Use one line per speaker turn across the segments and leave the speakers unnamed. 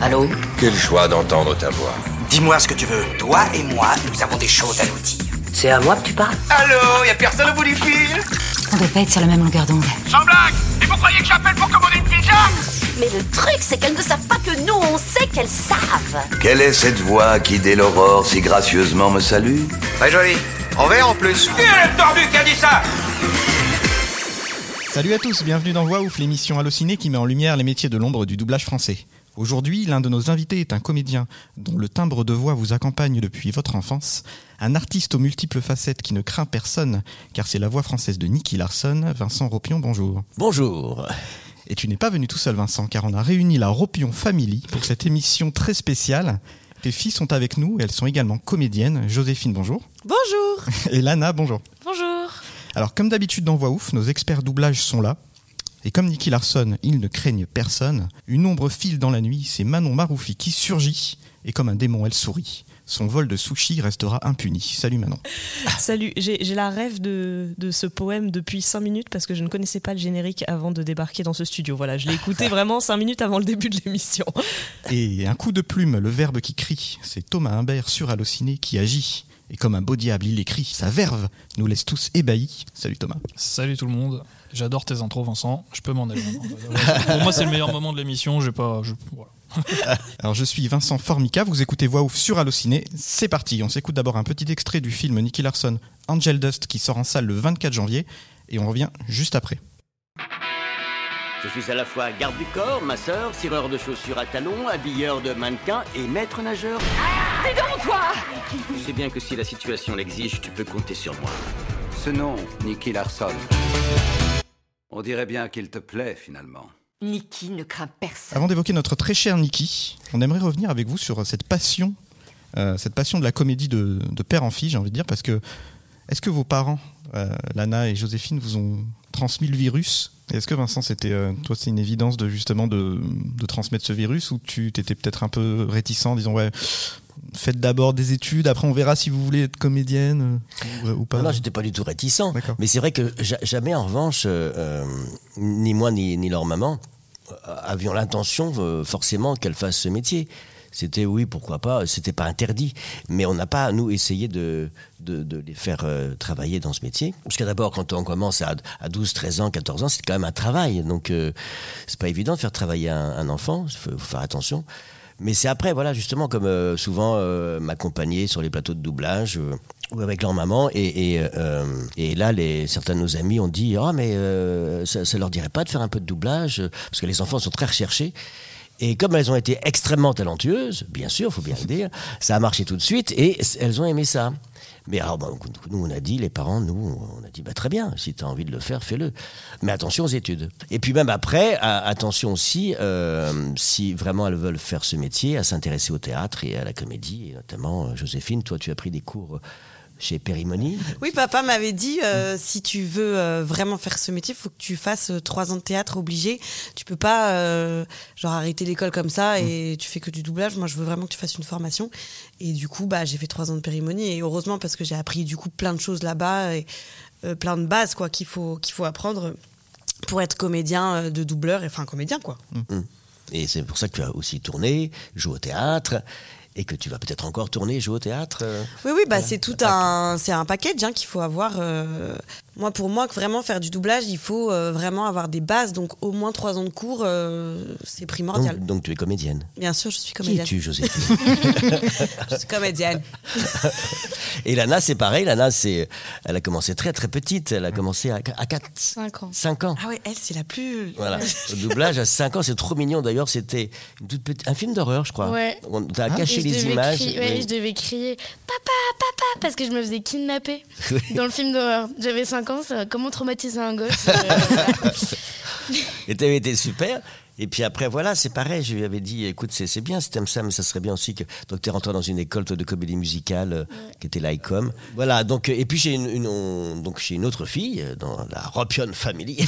Allô
Quel joie d'entendre ta voix.
Dis-moi ce que tu veux. Toi et moi, nous avons des choses à nous dire.
C'est à moi que tu parles
Allô, y a personne au bout du fil
On doit pas être sur la même longueur d'onde.
Sans blague Et vous croyez que j'appelle pour commander une pizza
Ah
Mais le truc, c'est qu'elles ne savent pas que nous, on sait qu'elles savent.
Quelle est cette voix qui, dès l'aurore, si gracieusement me salue
Très joli. En verre en plus.
Qui est le tordu qui a dit ça
Salut à tous, bienvenue dans Voix Ouf, l'émission hallucinée qui met en lumière les métiers de l'ombre du doublage français. Aujourd'hui, l'un de nos invités est un comédien dont le timbre de voix vous accompagne depuis votre enfance, un artiste aux multiples facettes qui ne craint personne, car c'est la voix française de Nicky Larson. Vincent Ropion, bonjour.
Bonjour.
Et tu n'es pas venu tout seul, Vincent, car on a réuni la Ropion Family pour cette émission très spéciale. Tes filles sont avec nous et elles sont également comédiennes. Joséphine, bonjour.
Bonjour.
Et Lana, bonjour.
Bonjour.
Alors, comme d'habitude dans Voix Ouf, nos experts doublage sont là. Et comme Nicky Larson, ils ne craignent personne. Une ombre file dans la nuit, c'est Manon Maroufi qui surgit. Et comme un démon, elle sourit. Son vol de sushi restera impuni. Salut Manon.
Salut, j'ai j'ai la rêve de, de ce poème depuis 5 minutes parce que je ne connaissais pas le générique avant de débarquer dans ce studio. Voilà, je l'ai écouté vraiment 5 minutes avant le début de l'émission.
Et un coup de plume, le verbe qui crie, c'est Thomas Humbert sur Allociné qui agit. Et comme un beau diable, il écrit. Sa verve nous laisse tous ébahis. Salut Thomas.
Salut tout le monde. J'adore tes intros, Vincent. Je peux m'en aller. maintenant. Pour moi, c'est le meilleur moment de l'émission. J'ai pas. je- voilà.
Alors je suis Vincent Formica, vous écoutez Voix Ouf sur Allociné. C'est parti, on s'écoute d'abord un petit extrait du film Nicky Larson, Angel Dust, qui sort en salle le 24 janvier. Et on revient juste après.
Je suis à la fois garde du corps, masseur, cireur de chaussures à talons, habilleur de mannequins et maître nageur.
T'es donc toi
Tu sais bien que si la situation l'exige, tu peux compter sur moi.
Ce nom, Nicky Larson. On dirait bien qu'il te plaît, finalement.
Nikki ne craint personne.
Avant d'évoquer notre très cher Nicky, on aimerait revenir avec vous sur cette passion, euh, cette passion de la comédie de, de père en fille, j'ai envie de dire, parce que est-ce que vos parents, euh, Lana et Joséphine, vous ont transmis le virus Et Est-ce que Vincent, c'était euh, toi, c'est une évidence de justement de, de transmettre ce virus, ou tu t'étais peut-être un peu réticent, en disant ouais, faites d'abord des études, après on verra si vous voulez être comédienne euh, ou, ou pas.
Non, non, j'étais pas du tout réticent.
D'accord.
Mais c'est vrai que ja- jamais, en revanche, euh, euh, ni moi ni, ni leur maman euh, avions l'intention euh, forcément qu'elle fasse ce métier. C'était oui, pourquoi pas, c'était pas interdit. Mais on n'a pas, nous, essayé de, de, de les faire euh, travailler dans ce métier. Parce que d'abord, quand on commence à, à 12, 13 ans, 14 ans, c'est quand même un travail. Donc, euh, c'est pas évident de faire travailler un, un enfant, il faut, faut faire attention. Mais c'est après, voilà, justement, comme euh, souvent euh, m'accompagner sur les plateaux de doublage euh, ou avec leur maman. Et, et, euh, et là, les, certains de nos amis ont dit Ah, mais euh, ça, ça leur dirait pas de faire un peu de doublage euh, Parce que les enfants sont très recherchés. Et comme elles ont été extrêmement talentueuses, bien sûr, faut bien le dire, ça a marché tout de suite et s- elles ont aimé ça. Mais alors, bah, nous, on a dit, les parents, nous, on a dit, bah, très bien, si tu as envie de le faire, fais-le. Mais attention aux études. Et puis même après, à- attention aussi, euh, si vraiment elles veulent faire ce métier, à s'intéresser au théâtre et à la comédie, et notamment, euh, Joséphine, toi, tu as pris des cours chez Périmony.
Oui, papa m'avait dit euh, si tu veux euh, vraiment faire ce métier, faut que tu fasses euh, trois ans de théâtre obligé. Tu peux pas euh, genre arrêter l'école comme ça et tu fais que du doublage. Moi, je veux vraiment que tu fasses une formation. Et du coup, bah j'ai fait trois ans de périmonie et heureusement parce que j'ai appris du coup plein de choses là-bas et euh, plein de bases quoi qu'il faut qu'il faut apprendre pour être comédien euh, de doubleur et enfin comédien quoi.
Mm. Et c'est pour ça que tu as aussi tourné, joué au théâtre, et que tu vas peut-être encore tourner, jouer au théâtre. euh.
Oui, oui, bah, c'est tout un, c'est un package hein, qu'il faut avoir. euh, Moi, pour moi, que vraiment faire du doublage, il faut euh, vraiment avoir des bases. Donc, au moins trois ans de cours, euh, c'est primordial.
Donc, donc tu es comédienne.
Bien sûr, je suis
Qui
comédienne.
es-tu, Joséphine
Je suis comédienne.
Et Lana, c'est pareil. Lana, c'est, elle a commencé très très petite. Elle a commencé à, 4,
5 ans.
5 ans.
Ah ouais, elle, c'est la plus.
Voilà. Au doublage à 5 ans, c'est trop mignon. D'ailleurs, c'était une toute petite- un film d'horreur, je crois.
Ouais.
On t'a
Et
caché
je
les
devais
images.
crier- ouais,
Oui.
Je devais crier Papa, papa, parce que je me faisais kidnapper dans le film d'horreur. J'avais 5 ans, ça, comment traumatiser un gosse
Et t'avais été super. Et puis après, voilà, c'est pareil. Je lui avais dit, écoute, c'est c'est bien si t'aimes ça, mais ça serait bien aussi que. Donc, t'es rentré dans une école toi, de comédie musicale euh, qui était l'ICOM. Voilà. Donc, euh, et puis, j'ai une, une- on- donc j'ai une autre fille euh, dans la Ropion Family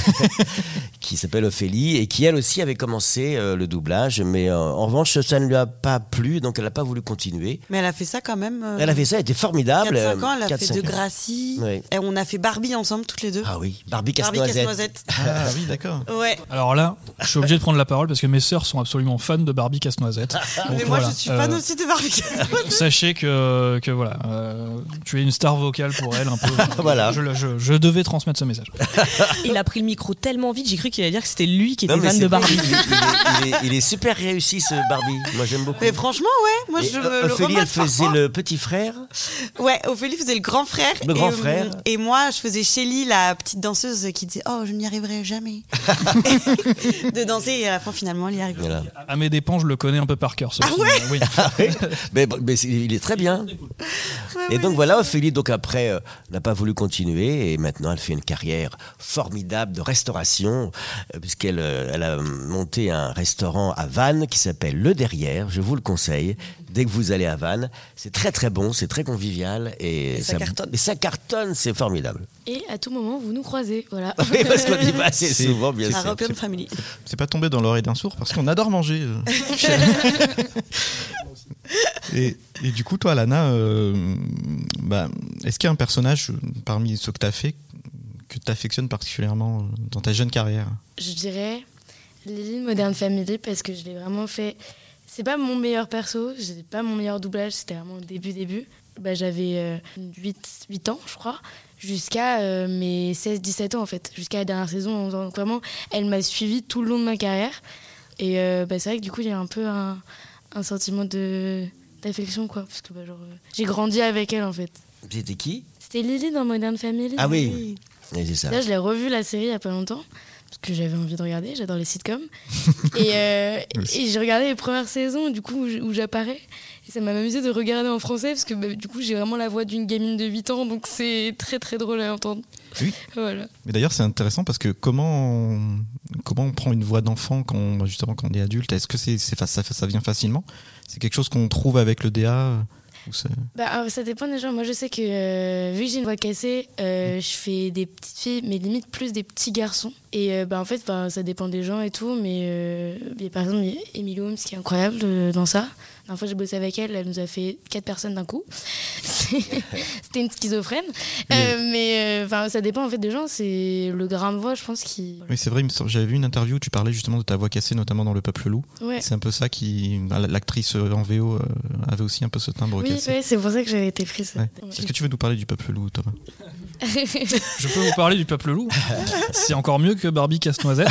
qui s'appelle Ophélie et qui, elle aussi, avait commencé euh, le doublage. Mais euh, en revanche, ça ne lui a pas plu, donc elle n'a pas voulu continuer.
Mais elle a fait ça quand même. euh,
Elle avait ça, elle était formidable.
4-5 ans, elle a
euh,
fait
4-5
De
ans.
Gracie.
Oui.
Et on a fait Barbie ensemble, toutes les deux.
Ah oui, Barbie
Barbie
Casse-Noisette.
Casse-Noisette.
Ah oui, d'accord.
Ouais.
Alors là,
Je suis obligé de prendre la parole parce que mes sœurs sont absolument fans de Barbie Casse-Noisette.
Mais
Donc,
moi,
voilà.
je suis fan
Euh,
aussi de Barbie.
Sachez que, que voilà, euh, tu es une star vocale pour elle un peu.
Voilà.
Je, le- je- je devais transmettre ce message.
Il a pris le micro tellement vite, j'ai cru qu'il allait dire que c'était lui qui était
Non, mais
fan
c'est-
de Barbie.
Il, il- il est, il est super réussi ce Barbie. Moi j'aime beaucoup.
Mais franchement, ouais, moi
Et
je me le
Ophélie,
remarque
elle faisait
parfois.
le petit frère.
Ouais, Ophélie faisait le grand frère.
Le grand
euh,
frère.
Et moi, je faisais Shelly, la petite danseuse qui disait Oh, je n'y arriverai jamais. de danser, et à la fin, finalement, elle y arrive.
À mes dépens, je le connais un peu par cœur. Ah ouais
mais, mais c'est- il est très bien. Et donc voilà, Ophélie, donc après, euh, n'a pas voulu continuer et maintenant elle fait une carrière formidable de restauration euh, puisqu'elle euh, elle a monté un restaurant à Vannes qui s'appelle Le Derrière. Je vous le conseille. Dès que vous allez à Vannes, c'est très très bon, c'est très convivial et,
Et ça cartonne.
et ça cartonne, c'est formidable.
Et à tout moment, vous nous croisez, voilà.
Oui, parce qu'on y va assez
C'est-
souvent, bien
c'est-
sûr.
c'est-
Family.
C'est pas tombé dans l'oreille d'un sourd parce qu'on adore manger. euh. Et, et du coup, toi, Lana, euh, bah, est-ce qu'il y a un personnage euh, parmi ceux que tu as fait que tu affectionnes particulièrement euh, dans ta jeune carrière
Je dirais Lily de Modern Family parce que je l'ai vraiment fait. C'est pas mon meilleur perso, c'est pas mon meilleur doublage, c'était vraiment le début, début. Bah, j'avais 8, 8 ans, je crois, jusqu'à euh, mes 16-17 ans en fait, jusqu'à la dernière saison. Donc vraiment, elle m'a suivi tout le long de ma carrière. Et euh, bah, c'est vrai que du coup, il y a un peu un, un sentiment de d'affection quoi parce que bah, genre, euh, j'ai grandi avec elle en fait
C'était qui
c'était Lily dans Modern Family
Ah oui. Et c'est ça.
Là, je l'ai revu la série il y a pas longtemps parce que j'avais envie de regarder, j'adore les sitcoms. et, euh, et j'ai regardé les premières saisons du coup où j- où j'apparais et ça m'a amusé de regarder en français parce que bah, du coup, j'ai vraiment la voix d'une gamine de 8 ans donc c'est très très drôle à entendre.
Oui.
Voilà.
Mais d'ailleurs, c'est intéressant parce que comment on, comment on prend une voix d'enfant quand on- bah, justement quand on est adulte Est-ce que c'est c'est fa- ça, ça vient facilement C'est quelque chose qu'on trouve avec le DA euh, ou c'est-
Bah, alors, ça dépend des gens. Moi, je sais que euh, vu que j'ai une voix cassée,
Mm.
euh, je fais des petites filles, mais limite plus des petits garçons. Et euh, bah, en fait, bah, ça dépend des gens et tout. Mais euh, il y a par exemple il y a Emily Holmes qui est incroyable euh, dans ça. La dernière fois, j'ai bossé avec elle, elle nous a fait quatre personnes d'un coup. C'est- C'était une schizophrène.
Mm.
Euh, mais euh, enfin, ça dépend en fait des gens. C'est le grain de voix, je pense, qui.
Oui, c'est vrai, il me semble- j'avais vu une interview où tu parlais justement de ta voix cassée, notamment dans Le Peuple Loup.
Ouais.
C'est un peu ça qui. L'actrice euh, en VO euh, avait aussi un peu ce timbre
Oui,
cassé.
ouais, c'est pour ça que j'avais été prise.
Ouais. Est-ce que tu veux nous parler du Peuple Loup, Thomas
Je peux vous parler du peuple loup. C'est encore mieux que Barbie Casse-Noisette.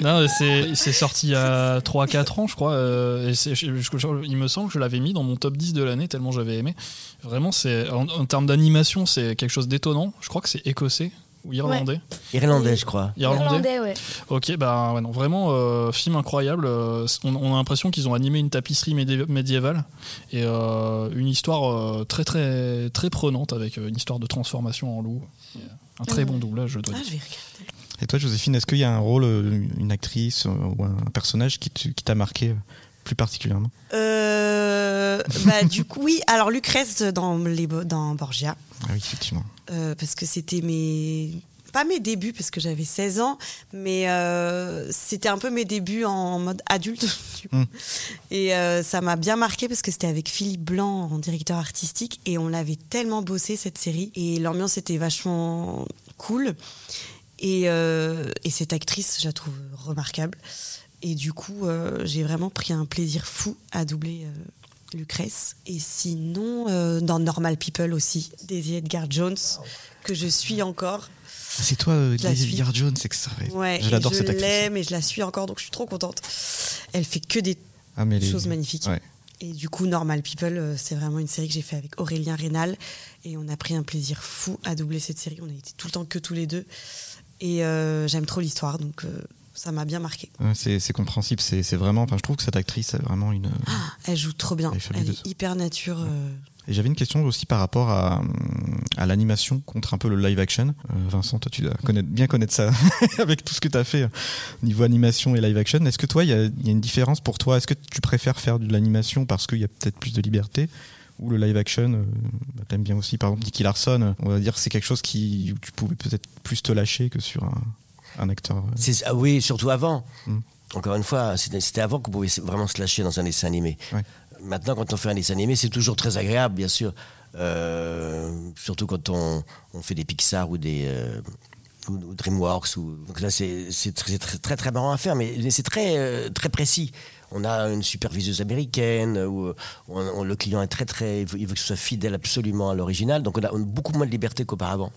Non, c'est c'est sorti il y a 3-4 ans, je crois. euh, et c'est- je- je- il me semble que je l'avais mis dans mon top 10 de l'année, tellement j'avais aimé. Vraiment, c'est en, en termes d'animation, c'est quelque chose d'étonnant. Je crois que c'est écossais ou irlandais.
Irlandais, je crois.
Irlandais.
ouais.
Ok, bah ouais, non, vraiment, euh, film incroyable. euh, on, on a l'impression qu'ils ont animé une tapisserie médi- médiévale et euh, une histoire euh, très, très, très prenante avec euh, une histoire de transformation en loup. Et, euh, Un très bon doublage, je dois dire.
Et toi, Joséphine, est-ce qu'il y a un rôle, euh, une actrice euh, ou un personnage qui te- qui t'a marqué euh, plus particulièrement
Euh, bah, du coup, oui. Alors, Lucrèce dans, les, Bo- dans Borgia.
Ah oui, effectivement.
Euh, parce que c'était mes pas mes débuts parce que j'avais 16 ans mais euh, c'était un peu mes débuts en mode adulte du coup.
Mm.
et euh, ça m'a bien marqué parce que c'était avec Philippe Blanc en directeur artistique et on l'avait tellement bossé cette série et l'ambiance était vachement cool et, euh, et cette actrice je la trouve remarquable et du coup euh, j'ai vraiment pris un plaisir fou à doubler euh, Lucrèce. Et sinon, euh, dans Normal People aussi, Daisy Edgar Jones, que je suis encore.
C'est toi, euh,
Je la
Daisy
suis.
Edgar Jones, c'est que ça. ouais.
Ouais,
je
et
l'adore
je
cette actrice.
l'aime et je la suis encore, donc je suis trop contente. Elle fait que des
Ah, mais les-
choses magnifiques.
ouais.
Et du coup, Normal People, euh, c'est vraiment une série que j'ai fait avec Aurélien Rénal. Et on a pris un plaisir fou à doubler cette série. On a été tout le temps que tous les deux. Et euh, j'aime trop l'histoire, donc euh, ça m'a bien marqué.
Ouais, Euh, c'est c'est compréhensible, c'est c'est vraiment. Enfin, je trouve que cette actrice, c'est vraiment une.
Elle joue trop bien.
Elle est fabuleuse.
Elle est hyper nature. euh,
Et j'avais une question aussi par rapport à, hum, à l'animation contre un peu le live action. Euh, Vincent, toi, tu dois connaître, bien connaître ça avec tout ce que tu as fait euh, niveau animation et live action. Est-ce que toi, il y a, il y a une différence pour toi Est-ce que tu préfères faire de l'animation parce qu'il y a peut-être plus de liberté ou le live action, euh, bah, t'aimes bien aussi, par exemple, Nicky Larson, euh, on va dire que c'est quelque chose qui, où tu pouvais peut-être plus te lâcher que sur un, un acteur. euh.
C'est ça, oui, surtout avant.
Mm.
Encore une fois, c'était c'était avant qu'on pouvait vraiment se lâcher dans un dessin animé.
Ouais.
Maintenant, quand on fait un dessin animé, c'est toujours très agréable, bien sûr. Euh, surtout quand on, on fait des Pixar ou des, euh, ou, ou DreamWorks. Ou... Donc là, c'est c'est tr- c'est très, très, très marrant à faire, mais, mais c'est très, euh, très précis. On a une superviseuse américaine, euh, où, euh, où on- on- le client est très, très. Il veut, il veut que ce soit fidèle absolument à l'original, donc on a, on a beaucoup moins de liberté qu'auparavant.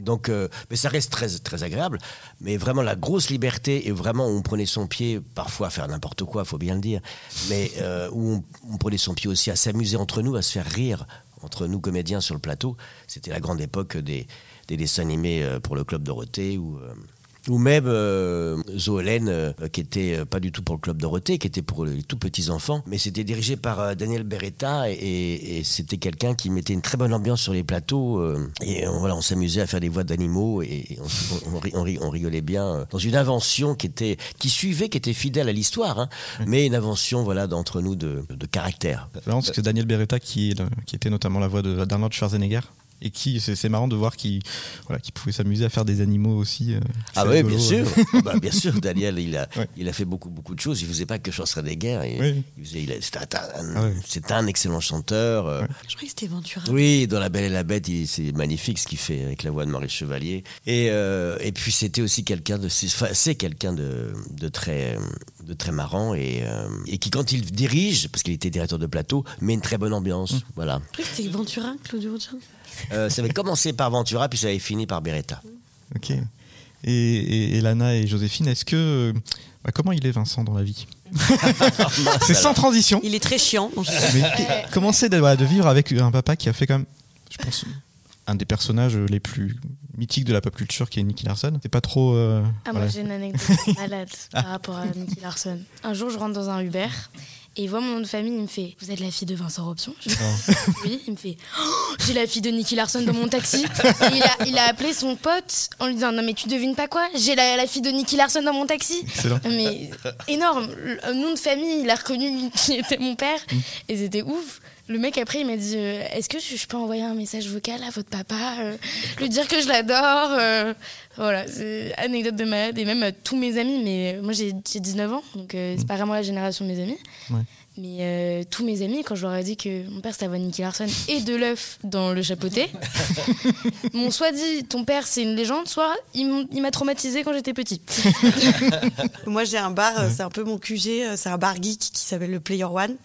Donc, euh, mais ça reste très, très agréable. Mais vraiment, la grosse liberté, et vraiment, on prenait son pied, parfois à faire n'importe quoi, faut bien le dire, mais euh, où on, on prenait son pied aussi à s'amuser entre nous, à se faire rire entre nous comédiens sur le plateau. C'était la grande époque des, des dessins animés euh, pour le Club Dorothée ou. euh, ou même euh, Zoélène, euh, qui était euh, pas du tout pour le Club Dorothée, qui était pour les tout petits enfants, mais c'était dirigé par euh, Daniel Beretta et, et- et c'était quelqu'un qui mettait une très bonne ambiance sur les plateaux. euh, et on, voilà, on s'amusait à faire des voix d'animaux et, et on, on- on ri- on ri- on rigolait bien euh, dans une invention qui était qui suivait, qui était fidèle à l'histoire, hein, mais une invention voilà d'entre nous de, de caractère.
C'est marrant parce que Daniel Beretta, qui, est le- qui était notamment la voix de- d'Arnold Schwarzenegger, et qui, c'est c'est marrant de voir qu'il voilà, qu'il pouvait s'amuser à faire des animaux aussi. euh,
Ah
c'est
oui,
rigolo,
bien sûr.
euh.
Ah bah, bien sûr, Daniel, il a, il a fait beaucoup, beaucoup de choses. Il faisait pas que Schwarzenegger. Il,
Oui.
il faisait- il a- c'était un, un-
Ah oui.
c'était un excellent chanteur. euh.
Je croyais que c'était Ventura.
Oui, dans La Belle et la Bête, il- c'est magnifique ce qu'il fait avec la voix de Marie Chevalier. Et, euh, et puis c'était aussi quelqu'un de, c'est enfin, c'est quelqu'un de, de très, euh, de très marrant et, euh, et qui quand il dirige, parce qu'il était directeur de plateau, met une très bonne
Mm.
ambiance. Voilà.
Je croyais que c'était Ventura, Claudio Ventura.
Euh, ça avait commencé par Ventura, puis ça avait fini par Beretta.
euh, Ok. Et, et- et Lana et Joséphine, est-ce que. bah, comment il est Vincent dans la vie C'est sans transition.
Il est très chiant. non, je-
Mais que- comment c'est de, voilà, de vivre avec un papa qui a fait quand même, je pense, un des personnages les plus mythiques de la pop culture qui est Nicky Larson C'est pas trop. euh,
Ah, moi
voilà.
j'ai une anecdote malade
Ah.
par rapport à Nicky Larson. Un jour, je rentre dans un Uber et il voit mon nom de famille. Il me fait Vous êtes la fille de Vincent Robson Je fais, Oui. Il me fait Oh, J'ai la fille de Nicky Larson dans mon taxi. Et il, a, il a appelé son pote en lui disant Non, mais tu devines pas quoi J'ai la, la fille de Nicky Larson dans mon taxi.
Excellent.
Mais énorme. Le nom de famille, il a reconnu qui était mon père. Et c'était ouf. Le mec, après, il m'a dit euh, Est-ce que je, je peux envoyer un message vocal à votre papa euh, Lui dire que je l'adore euh, Voilà, c'est anecdote de malade. Et même euh, tous mes amis, mais euh, moi j'ai j'ai 19 ans, donc euh, c'est pas vraiment la génération de mes amis. Mais euh, tous mes amis, quand je leur ai dit que mon père c'était la voix de Nicky Larson et de l'œuf dans le chapeauté, m'ont soit dit ton père c'est une légende, soit il m'ont- il m'a traumatisé quand j'étais petit.
Moi, j'ai un bar, euh, c'est un peu mon QG, euh, c'est un bar geek qui s'appelle le Player One.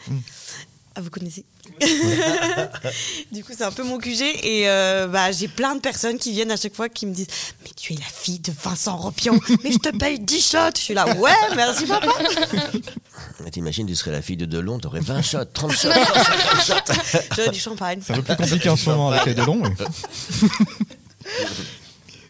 Ah, vous connaissez Du coup, c'est un peu mon QG et euh, bah, j'ai plein de personnes qui viennent à chaque fois qui me disent Mais tu es la fille de Vincent Ropion, mais je te paye 10 shots Je suis là, ouais, merci papa
Mais T'imagines, tu serais la fille de Delon, t'aurais 20 shots, 30 shots.
J'aurais du champagne.
C'est un peu plus compliqué en ce moment avec les Delon. mais-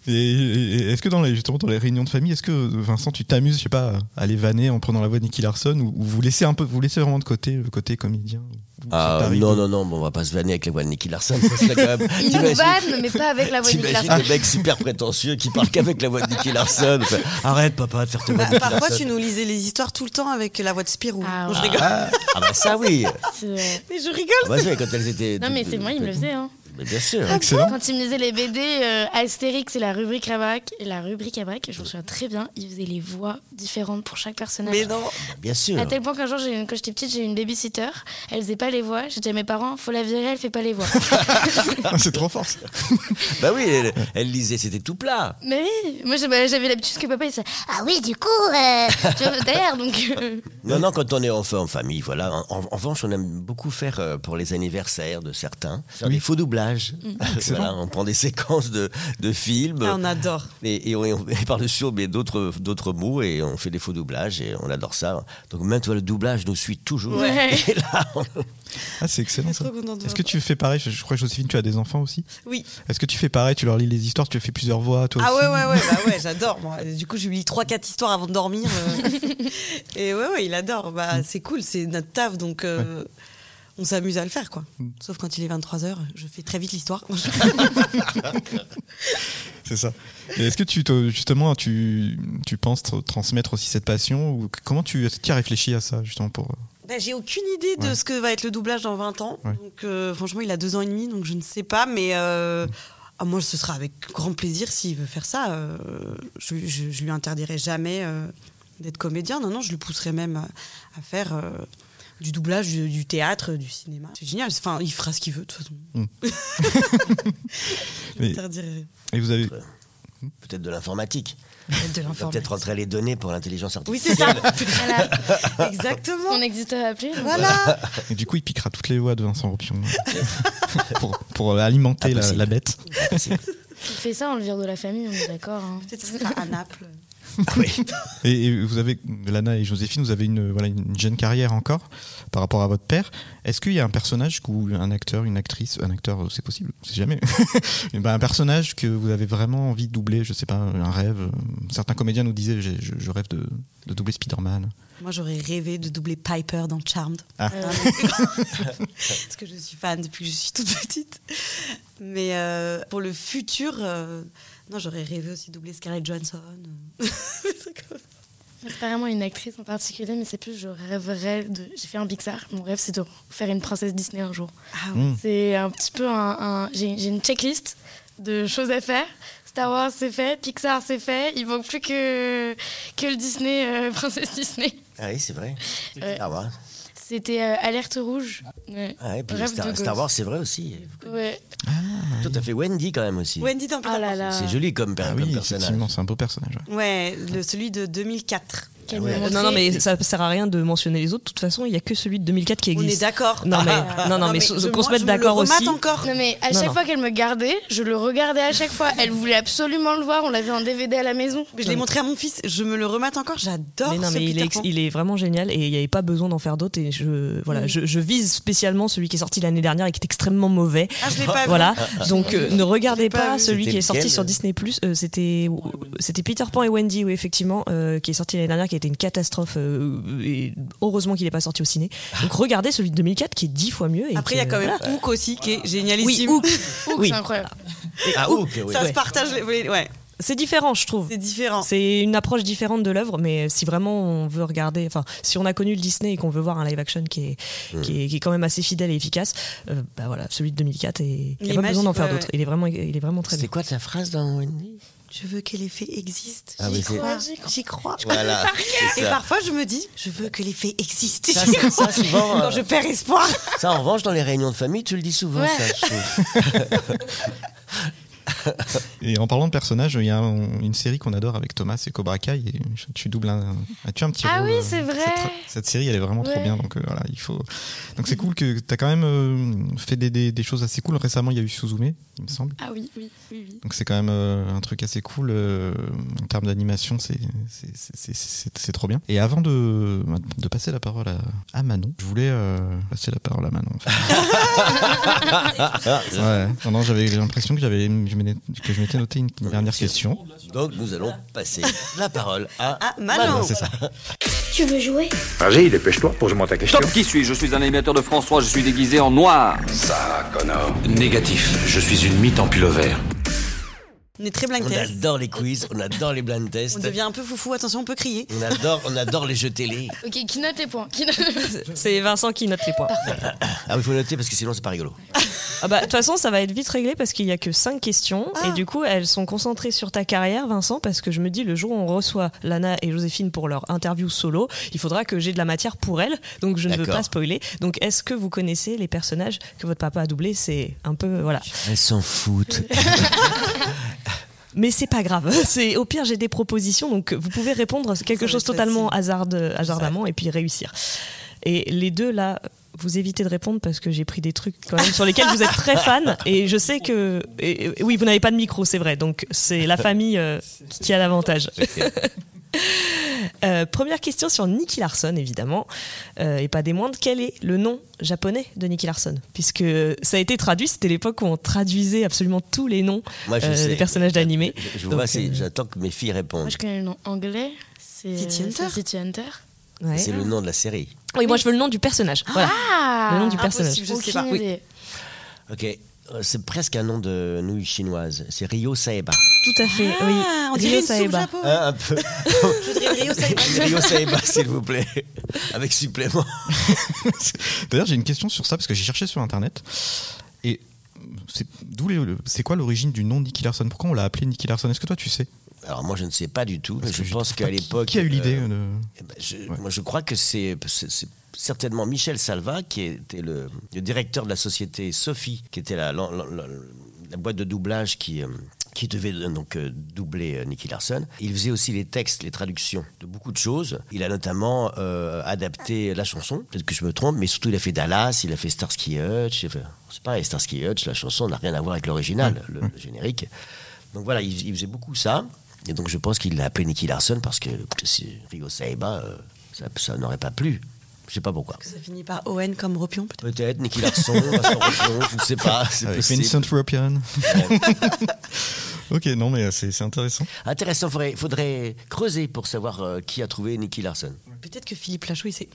Et, et- et est-ce que dans les, justement dans les réunions de famille, est-ce que Vincent, tu t'amuses, je sais pas, à les vanner en prenant la voix de Nicky Larson ou, ou vous laissez un peu, vous laissez vraiment de côté le côté comédien ou- ou ça
Ah,
t'arrive
non, non, non, bon, on va pas se vanner avec la voix de Nicky Larson. ça serait quand même-
Il nous
T'imagines-
vanne, mais pas avec la voix de Nicky
T'imagines
Larson.
le mec super prétentieux qui parle qu'avec la voix de Nicky Larson. Enfin, arrête, papa, de faire ton voix
Bah,
de Nicky
parfois,
Larson.
tu nous lisais les histoires tout le temps avec la voix de Spirou. Non, je
Ah,
rigole.
Ah, ah bah ça, oui.
Mais je rigole.
Ah, bah, c'est quand elles étaient.
Non, mais c'est moi, il me le faisait. Hein.
Mais bien sûr.
Quand il me lisait les BD, euh, Astérix et la rubrique Abrac, et la rubrique Abrac, je me souviens très bien, il faisait les voix différentes pour chaque personnage.
Mais non.
Bien sûr.
À tel point qu'un jour, j'ai une- quand j'étais petite, j'ai eu une babysitter. Elle faisait pas les voix. J'ai dit à mes parents, faut la virer, elle fait pas les voix.
Ah, c'est trop fort. ça.
bah oui, elle, elle lisait, c'était tout plat.
Mais oui, moi j'ai- bah, j'avais l'habitude que papa il disait Ah oui, du coup, euh, tu vois, d'ailleurs, donc. euh,
Non, non, quand on est enfant en famille, voilà. En, en- en revanche, on aime beaucoup faire euh, pour les anniversaires de certains, faire des faux doublages.
Mm.
Voilà, on prend des séquences de, de films.
Ah, on adore.
Et, et on, et on- et par-dessus, on met d'autres, d'autres mots et on fait des faux doublages et on adore ça. Donc même toi, le doublage nous suit toujours.
Ouais.
Et là, on-
Ah, c'est excellent. ça.
trop contente de
Est-ce
voir
que tu fais pareil je, je crois, Joséphine, tu as des enfants aussi.
Oui.
Est-ce que tu fais pareil Tu leur lis les histoires, tu fais plusieurs voix, toi
Ah
aussi
ouais, ouais, ouais, bah ouais, j'adore. Moi. Du coup, je lui lis 3-4 histoires avant de dormir. euh. Et ouais, ouais, il adore.
Mm.
Bah, c'est cool, c'est notre taf, donc euh, on s'amuse à le faire, quoi.
Mm.
Sauf quand il est 23h, je fais très vite l'histoire.
C'est ça. Et Est-ce que tu te- justement tu, tu penses tr- transmettre aussi cette passion ou c- comment tu as réfléchi à ça justement pour euh,
Bah, j'ai aucune idée de
Ouais.
ce que va être le doublage dans 20 ans.
Ouais.
Donc, euh, franchement, il a 2 ans et demi, donc je ne sais pas. Mais euh, ah, moi, ce sera avec grand plaisir s'il veut faire ça. Euh, je, je, je lui interdirai jamais euh, d'être comédien. Non, non, je le pousserai même à, à faire euh, du doublage, du, du théâtre, du cinéma. C'est génial. Enfin, il fera ce qu'il veut, de toute façon.
Mm.
Je lui interdirai rien.
Et vous avez
Peut-être de l'informatique.
De
On va peut-être rentrer les données pour l'intelligence
Oui, c'est ça.
artificielle.
Voilà. Exactement.
On n'existera plus. donc.
Et du coup, il piquera toutes les lois de Vincent Ropion hein, pour, pour alimenter la, la bête.
Il fait ça, on le vire de la famille, on est d'accord. Peut-être
à Naples.
Et, et vous avez, Lana et Joséphine, vous avez une, voilà, une jeune carrière encore par rapport à votre père. Est-ce qu'il y a un personnage ou un acteur, une actrice, un acteur, euh, c'est possible, c'est jamais, Eh ben, un personnage que vous avez vraiment envie de doubler, je sais pas, un rêve. euh, Certains comédiens nous disaient, j'ai- je, je rêve de, de doubler Spider-Man.
Moi, j'aurais rêvé de doubler Piper dans Charmed.
Ah.
Euh, Parce que je suis fan depuis que je suis toute petite. Mais euh, pour le futur, euh, non, j'aurais rêvé aussi de doubler Scarlett Johansson.
C'est pas vraiment une actrice en particulier, mais c'est plus je rêverais de. J'ai fait un Pixar. Mon rêve, c'est de faire une princesse Disney un jour.
Ah
ouais. Mm.
C'est un petit peu un. un- J'ai j'ai une checklist de choses à faire. Star Wars, c'est fait. Pixar, c'est fait. Il manque plus que que le Disney, euh, princesse Disney.
Ah oui, c'est vrai.
Ouais.
Ah ouais.
C'était euh, Alerte Rouge. Ouais.
Ah ouais, puis
Rêve de
Star,
gosse.
Star Wars, c'est vrai aussi.
Ouais.
Tout à fait. Wendy, quand même aussi.
Ah Wendy dans Peter
Ah là
Pan.
là.
C'est joli comme,
Ah
per- comme personnage.
Effectivement, c'est un beau personnage. ouais.
Ouais, le, celui de 2004.
Ah
Qu'elle Ouais. nous a
Non, non, mais
montré.
ça sert à rien de mentionner les autres. De toute façon, il n'y a que celui de 2004 qui
On
existe.
est d'accord.
Non, mais,
Ah.
non, non, mais,
je-
so- qu'on
moi,
se
je
mette
me
d'accord
le remate
aussi.
encore.
Non mais à
Non,
chaque
non.
fois qu'elle me gardait, je le regardais à chaque fois. Elle voulait absolument le voir. On l'avait en DVD à la maison.
Mais je l'ai montré à mon fils. Je me le remate encore. J'adore
Mais non,
ce
mais il
Peter
est,
Pan.
il est vraiment génial et il n'y avait pas besoin d'en faire d'autres. Et je, voilà,
Mm.
je, je vise spécialement celui qui est sorti l'année dernière et qui est extrêmement mauvais.
Ah, je l'ai pas vu.
Voilà,
Ah.
donc euh, ne regardez
Je l'ai pas
pas,
vu.
celui
C'était
qui est sorti
lequel
sur Disney. Euh, c'était c'était Peter Pan et Wendy, oui, effectivement, euh, qui est sorti l'année dernière, qui a été une catastrophe. euh, et heureusement qu'il n'est pas sorti au ciné.
Ah.
Donc regardez celui de 2004 qui est dix fois mieux. et
Après,
qui,
il y a quand
euh,
même
voilà.
Hook aussi qui est génialissime.
Oui, Hook.
Hook,
Oui.
c'est incroyable.
Ah, Hook, oui.
Ça se partage. les- les- Ouais.
C'est différent, je trouve.
C'est différent.
C'est une approche différente de l'œuvre, mais si vraiment on veut regarder, enfin, si on a connu le Disney et qu'on veut voir un live action qui est,
Mm.
qui est, qui est quand même assez fidèle et efficace, euh, bah voilà, celui de 2004 et il
Il
n'y
est
a pas
magique,
besoin d'en faire
ouais,
d'autres.
ouais.
Il est vraiment, il est vraiment très
C'est
bien.
quoi ta phrase dans Wendy
Je veux que l'effet existe.
Ah
J'y
oui, c'est-
crois. J'y crois.
Voilà, c'est
Et
ça.
parfois, je me dis, je veux que l'effet existe.
Ça, c'est- ça, souvent,
Quand
euh,
je perds espoir.
Ça, en revanche, dans les réunions de famille, tu le dis souvent,
Ouais.
ça, je trouve.
Et en parlant de personnages, il y a un- une série qu'on adore avec Thomas, c'est Cobra Kai. Et je- tu doubles un, as-tu un petit
Ah
rôle,
oui,
euh,
c'est vrai.
Cette, cette série, elle est vraiment trop
Ouais.
bien. Donc euh, voilà, il faut. Donc c'est cool que tu as quand même euh, fait des, des- des choses assez cool. Récemment, il y a eu Suzume, il me semble.
Ah oui, oui, oui, oui.
Donc c'est quand même euh, un truc assez cool euh, en termes d'animation, c'est c'est- c'est- c'est- c'est- c'est trop bien. Et avant de, de passer la parole à, à Manon, je voulais euh, passer la parole à Manon. en fait. ouais. Non, non, j'avais l'impression que j'avais je m'étais- que je m'étais noté une dernière question.
Donc, nous allons passer la parole à,
Ouais, c'est ça.
Tu veux jouer
Vas-y, dépêche-toi, pose-moi ta question.
Qui suis-je Je suis un animateur de France 3, je suis déguisé en noir.
Ça, Connor. Négatif, je suis une mythe en pullover.
On est très blind
On
test.
adore les quiz, on adore les blind tests.
On devient un peu foufou. Attention, on peut crier.
On adore, on adore les jeux télé.
Ok, qui note les points Qui note-
C'est Vincent qui note les points.
Ah, il faut noter parce que sinon c'est pas rigolo.
Ah bah, De toute façon, ça va être vite réglé parce qu'il n'y a que 5 questions et du coup, elles sont concentrées sur ta carrière, Vincent, parce que je me dis, le jour où on reçoit Lana et Joséphine pour leur interview solo, il faudra que j'ai de la matière pour elles, donc je ne veux
D'accord.
pas spoiler. Donc, est-ce que vous connaissez les personnages que votre papa a doublés C'est un peu. Voilà.
Elles s'en foutent.
Mais c'est pas grave. C'est au pire j'ai des propositions donc vous pouvez répondre quelque chose totalement hasarde, hasardement et puis réussir. Et les deux là, vous évitez de répondre parce que j'ai pris des trucs quand même sur lesquels vous êtes très fan et je sais que et- et oui vous n'avez pas de micro c'est vrai donc c'est la famille euh, qui a l'avantage. Euh, première question sur Nicky Larson, évidemment, euh, et pas des moindres. Quel est le nom japonais de Nicky Larson Puisque ça a été traduit, c'était l'époque où on traduisait absolument tous les noms
Moi, je
euh,
sais.
des personnages d'animé.
Je
Donc,
vois, c'est-
euh,
j'attends que mes filles répondent.
Moi, je connais le nom anglais. C'est
City Hunter
c'est City Hunter.
euh, ouais.
C'est le nom de la série.
Oui, moi je veux le nom du personnage. Voilà.
Ah
Le nom du personnage.
Impossible, je sais
Aucune
pas. Oui.
idée.
Ok, euh, c'est presque un nom de nouilles chinoise. C'est Ryo Saeba.
Tout à fait, oui.
Ah, on dirait
Ryo
une soupe
Saeba.
japonaise.
Hein, un peu.
Je dirais Rio Saeba.
Ryo Saeba, s'il vous plaît. Avec supplément.
D'ailleurs, j'ai une question sur ça parce que j'ai cherché sur internet et c'est d'où les- le- c'est quoi l'origine du nom de Nicky Larson Pourquoi on l'a appelé Nicky Larson Est-ce que toi tu sais
Alors moi je ne sais pas du tout.
Parce
je,
que je
pense
trouve pas
qu'à
qui-
l'époque...
qui a eu l'idée, de-
eh ben, je, Moi je crois que c'est c'est- c'est certainement Michel Salva qui était le, le directeur de la société Sophie, qui était la, la- la- la- la boîte de doublage qui... euh, qui devait euh, donc euh, doubler euh, Nicky Larson. Il faisait aussi les textes, les traductions de beaucoup de choses. Il a notamment euh, adapté la chanson, peut-être que je me trompe, mais surtout il a fait Dallas, il a fait Starsky Hutch. il a fait- C'est pareil, Starsky Hutch, la chanson n'a rien à voir avec l'original, le, le générique. Donc voilà, il, il faisait beaucoup ça. Et donc je pense qu'il l'a appelé Nicky Larson parce que si Rio Saeba, euh, ça, ça n'aurait pas plu. Je sais pas pourquoi.
Ça finit par Owen comme Ropion, peut-être
Peut-être Nicky Larson, Vincent Ropion, je ne sais pas. ah, c'est
Avec
possible.
Vincent Ropian. ok, non, mais c'est c'est intéressant.
Intéressant, faudrait, faudrait creuser pour savoir euh, qui a trouvé Nicky Larson.
Peut-être que Philippe Lachaud, il sait.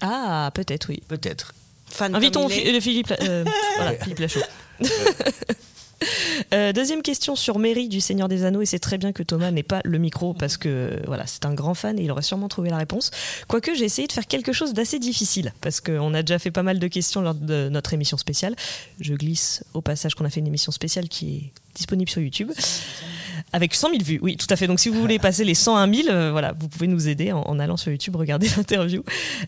Ah, peut-être, oui.
Peut-être.
Fan
Invitons
comme il est.
Fi- le Philippe, euh, voilà,
Ouais.
Philippe Lachaud. Euh, deuxième question sur Mary du Seigneur des Anneaux, et c'est très bien que Thomas n'ait pas le
Mm-hmm.
micro parce que voilà, c'est un grand fan et il aurait sûrement trouvé la réponse. Quoique j'ai essayé de faire quelque chose d'assez difficile parce qu'on a déjà fait pas mal de questions lors de notre émission spéciale. Je glisse au passage qu'on a fait une émission spéciale qui est disponible sur YouTube avec 100 000 vues. Oui, tout à fait. Donc si vous voulez passer les 101 000, euh, voilà, vous pouvez nous aider en, en allant sur YouTube regarder l'interview.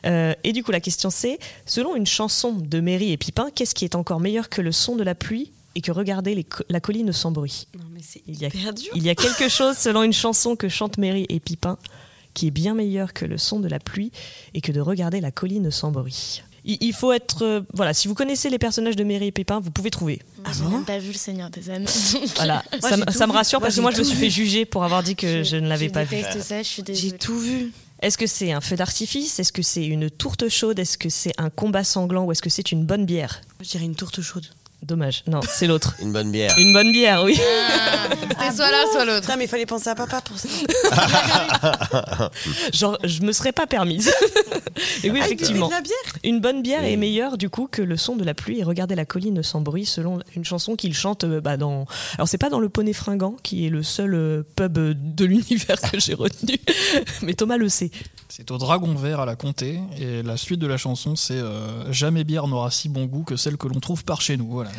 Euh, et du coup, la question c'est selon une chanson de Mary et Pipin, qu'est-ce qui est encore meilleur que le son de la pluie et que regarder les co- la colline sans bruit il y, a, il y a quelque chose selon une chanson que chantent Mary et Pipin qui est bien meilleur que le son de la pluie et que de regarder la colline sans bruit. Il, il faut être euh, voilà, si vous connaissez les personnages de Mary et Pipin, vous pouvez trouver.
Moi, Ah j'ai même pas vu le Seigneur des Anneaux. donc- euh,
Voilà, ça, me- ça me rassure parce que moi je me suis fait juger pour avoir dit que je, ne l'avais pas vu.
déteste ça, je suis désolée.
J'ai tout vu. Est-ce que c'est un feu d'artifice Est-ce que c'est une tourte chaude Est-ce que c'est un combat sanglant Ou est-ce que c'est une bonne bière
Je dirais une tourte chaude.
Dommage, non, c'est l'autre.
Une bonne bière.
Une bonne bière, oui.
C'était
soit l'un, soit l'autre.
Putain, mais il fallait penser à papa pour ça.
Genre, je me serais pas permise. et oui,
Ah, il
effectivement.
buvait de la bière
Une bonne bière est meilleure du coup que le son de la pluie et regarder la colline sans bruit selon une chanson qu'il chante euh, bah, dans. Alors c'est pas dans le Poney Fringant qui est le seul euh, pub euh, de l'univers que j'ai retenu, mais Thomas le sait.
C'est au Dragon Vert à la Comté et la suite de la chanson c'est euh, Jamais bière n'aura si bon goût que celle que l'on trouve par chez nous. Voilà.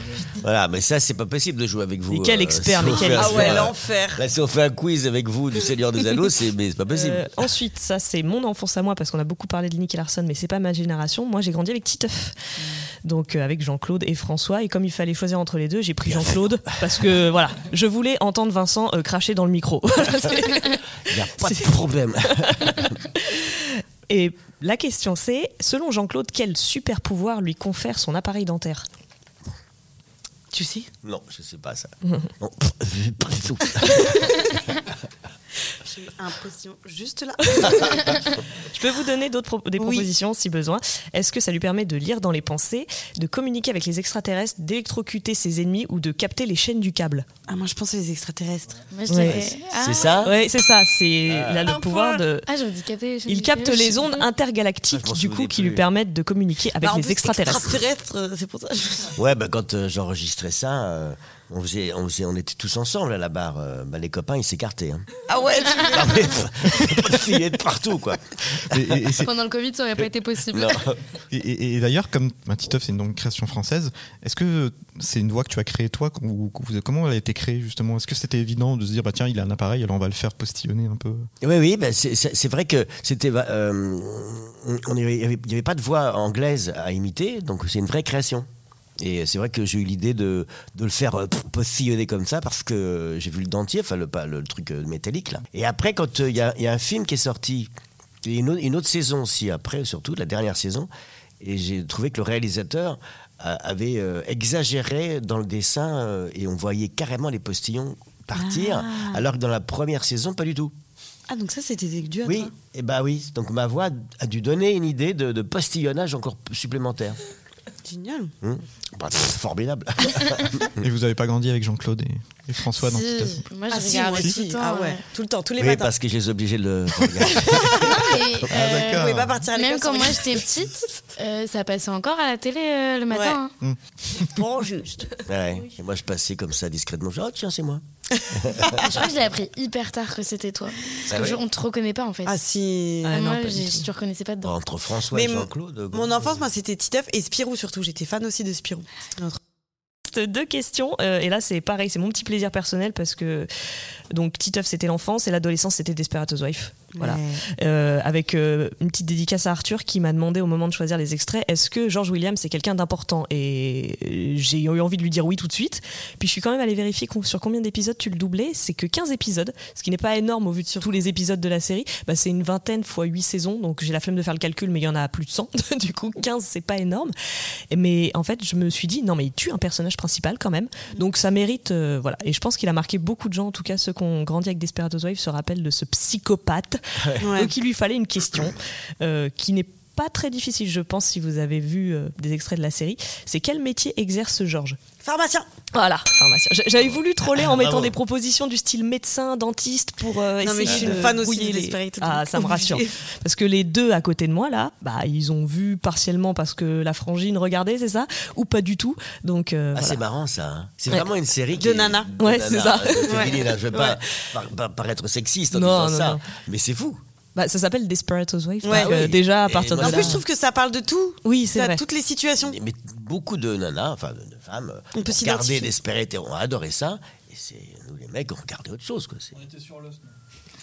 Voilà, mais ça, c'est pas possible de jouer avec vous.
Mais quel
euh,
expert,
si
mais
on
quel
fait un-
expert. Ah ouais,
l'enfer.
Là, si on fait un quiz avec vous du Seigneur des Anneaux, c'est mais c'est pas possible.
Euh, ensuite, ça c'est mon enfance à moi parce qu'on a beaucoup parlé de Nicky Larson, mais c'est pas ma génération. Moi j'ai grandi avec Titeuf, donc euh, avec Jean-Claude et François. Et comme il fallait choisir entre les deux, j'ai pris Jean-Claude parce que voilà, je voulais entendre Vincent euh, cracher dans le micro. Voilà, c'est-
Il n'y a pas de problème.
et la question c'est, selon Jean-Claude, quel super pouvoir lui confère son appareil dentaire
Tu sais
non, je sais pas ça.
Mhm.
Non, pff, pas du tout.
J'ai un potion juste là.
Je peux vous donner d'autres pro- des propositions si besoin. Est-ce que ça lui permet de lire dans les pensées, de communiquer avec les extraterrestres, d'électrocuter ses ennemis ou de capter les chaînes du câble
Ah, moi je pensais les extraterrestres.
Moi, je
Ouais.
dirais- Ah,
Oui, c'est ça. C'est il a
Un
le pouvoir
point.
de.
Ah, je capté les chaînes
Il
du
capte
câble, je
les
sais
ondes
plus.
intergalactiques, du coup, qui lui
plus.
permettent de communiquer avec
Bah, en
les
plus,
extraterrestres.
extraterrestres, euh, c'est pour ça. que-
Ouais, bah, quand euh, j'enregistrais ça, euh, on, faisait, on, faisait- on était tous ensemble à la barre. euh, bah, les copains, ils s'écartaient. Hein.
Ah ouais, tu
Ah, mais, pff, pas de filets de partout, quoi.
Pendant le Covid, ça aurait pas été possible.
Et, et- et d'ailleurs, comme bah, Titeuf, c'est une donc, création française, est-ce que c'est une voix que tu as créée toi qu'on- ou- qu'on vous- Comment elle a été créée justement Est-ce que c'était évident de se dire, bah, tiens, il a un appareil, alors on va le faire postillonner un peu
Oui, oui, bah, c'est- c'est c'est vrai que c'était. va- euh, on- il n'y avait, il y avait pas de voix anglaise à imiter, donc c'est une vraie création. Et c'est vrai que j'ai eu l'idée de, de le faire euh, postillonner comme ça parce que j'ai vu le dentier, enfin le, pas- le truc euh, métallique là. Et après, quand euh, il y, a- il y a un film qui est sorti, il y a une autre, une autre saison aussi après, surtout la dernière saison, et j'ai trouvé que le réalisateur euh, avait euh, exagéré dans le dessin euh, et on voyait carrément les postillons partir,
Ah.
alors que dans la première saison, pas du tout.
Ah, donc ça c'était dû à
Oui,
toi.
et bah oui. Donc ma voix a dû donner une idée de, de postillonnage encore p- supplémentaire.
Génial.
Hmm Bah, pff, formidable.
Et vous n'avez pas grandi avec Jean-Claude et, et François dans Titeuf
Moi, je
ah, si,
regarde
moi
tout le
aussi.
temps,
Ah
ouais.
ouais, tout le temps, tous les
oui,
matins.
parce que je les obligeais de le regarder.
Et,
Ah,
euh,
d'accord. Vous pouvez pas
partir à l'école
Même quand
sans
moi
rien.
j'étais petite, euh, ça passait encore à la télé euh, le matin. hein.
Bon, juste.
Ouais. Et moi, je passais comme ça discrètement. Je dis, oh tiens, c'est moi.
Ah, je crois que je l'ai appris hyper tard que c'était toi. Parce
Ah
que
ouais.
je- on te reconnaît pas en fait.
Ah si.
Ah, moi, j'ai- je te reconnaissais pas dedans.
Entre François
Mais
et
mon-
Jean-Claude.
Mon enfance, moi c'était Titeuf et Spirou surtout. J'étais fan aussi de Spirou. C'était notre-
Juste Deux questions, euh, et là c'est pareil, c'est mon petit plaisir personnel parce que donc Titeuf c'était l'enfance et l'adolescence c'était Desperate Housewife. Voilà. Euh, avec euh, une petite dédicace à Arthur qui m'a demandé au moment de choisir les extraits est-ce que George Williams c'est quelqu'un d'important Et euh, j'ai eu envie de lui dire oui tout de suite. Puis je suis quand même allée vérifier com- sur combien d'épisodes tu le doublais. C'est que 15 épisodes, ce qui n'est pas énorme au vu de sur tous les épisodes de la série. Bah, c'est une vingtaine fois 8 saisons, donc j'ai la flemme de faire le calcul, mais il y en a plus de 100. du coup, 15 c'est pas énorme. Et- Mais en fait, je me suis dit non, mais il tue un personnage principal quand même. Donc ça mérite. euh, voilà. Et je pense qu'il a marqué beaucoup de gens, en tout cas ceux qui ont grandi avec Desperate Housewives se rappellent de ce psychopathe.
Ouais.
Donc il lui fallait une question euh, qui n'est pas très difficile, je pense, si vous avez vu euh, des extraits de la série. C'est quel métier exerce Georges
Pharmacien
Voilà, pharmacien. J- J'avais voulu troller en mettant
Ah, Bravo.
des propositions du style médecin, dentiste pour euh,
Non, mais
essayer
je suis une
de
fan aussi
brouiller
de
les-
Desperate,
Ah,
donc
ça me
obligée.
rassure. Parce que les deux à côté de moi, là, bah, ils ont vu partiellement parce que la frangine regardait, c'est ça Ou pas du tout. Donc, euh,
Ah,
voilà.
c'est marrant ça. hein. C'est
Ouais.
vraiment une série
De
qui-
nana. Ouais, c'est ça.
euh, féminine,
Ouais.
hein. Je vais pas
Ouais.
par- par- paraître sexiste en
Non,
disant
non,
ça,
non.
mais c'est fou.
Bah, ça s'appelle Desperate Housewives.
Ouais.
donc, euh,
Ah oui.
Déjà, à
Et
partir de
moi,
là.
En plus, je trouve
que ça parle de tout.
Oui, c'est
T'as
vrai.
toutes les situations.
Mais beaucoup de nanas, enfin de, de femmes, euh,
On peut
ont regardé
s'identifier.
Desperate et ont adoré ça. Et c'est nous les mecs, on regardait autre chose. Quoi. C'est-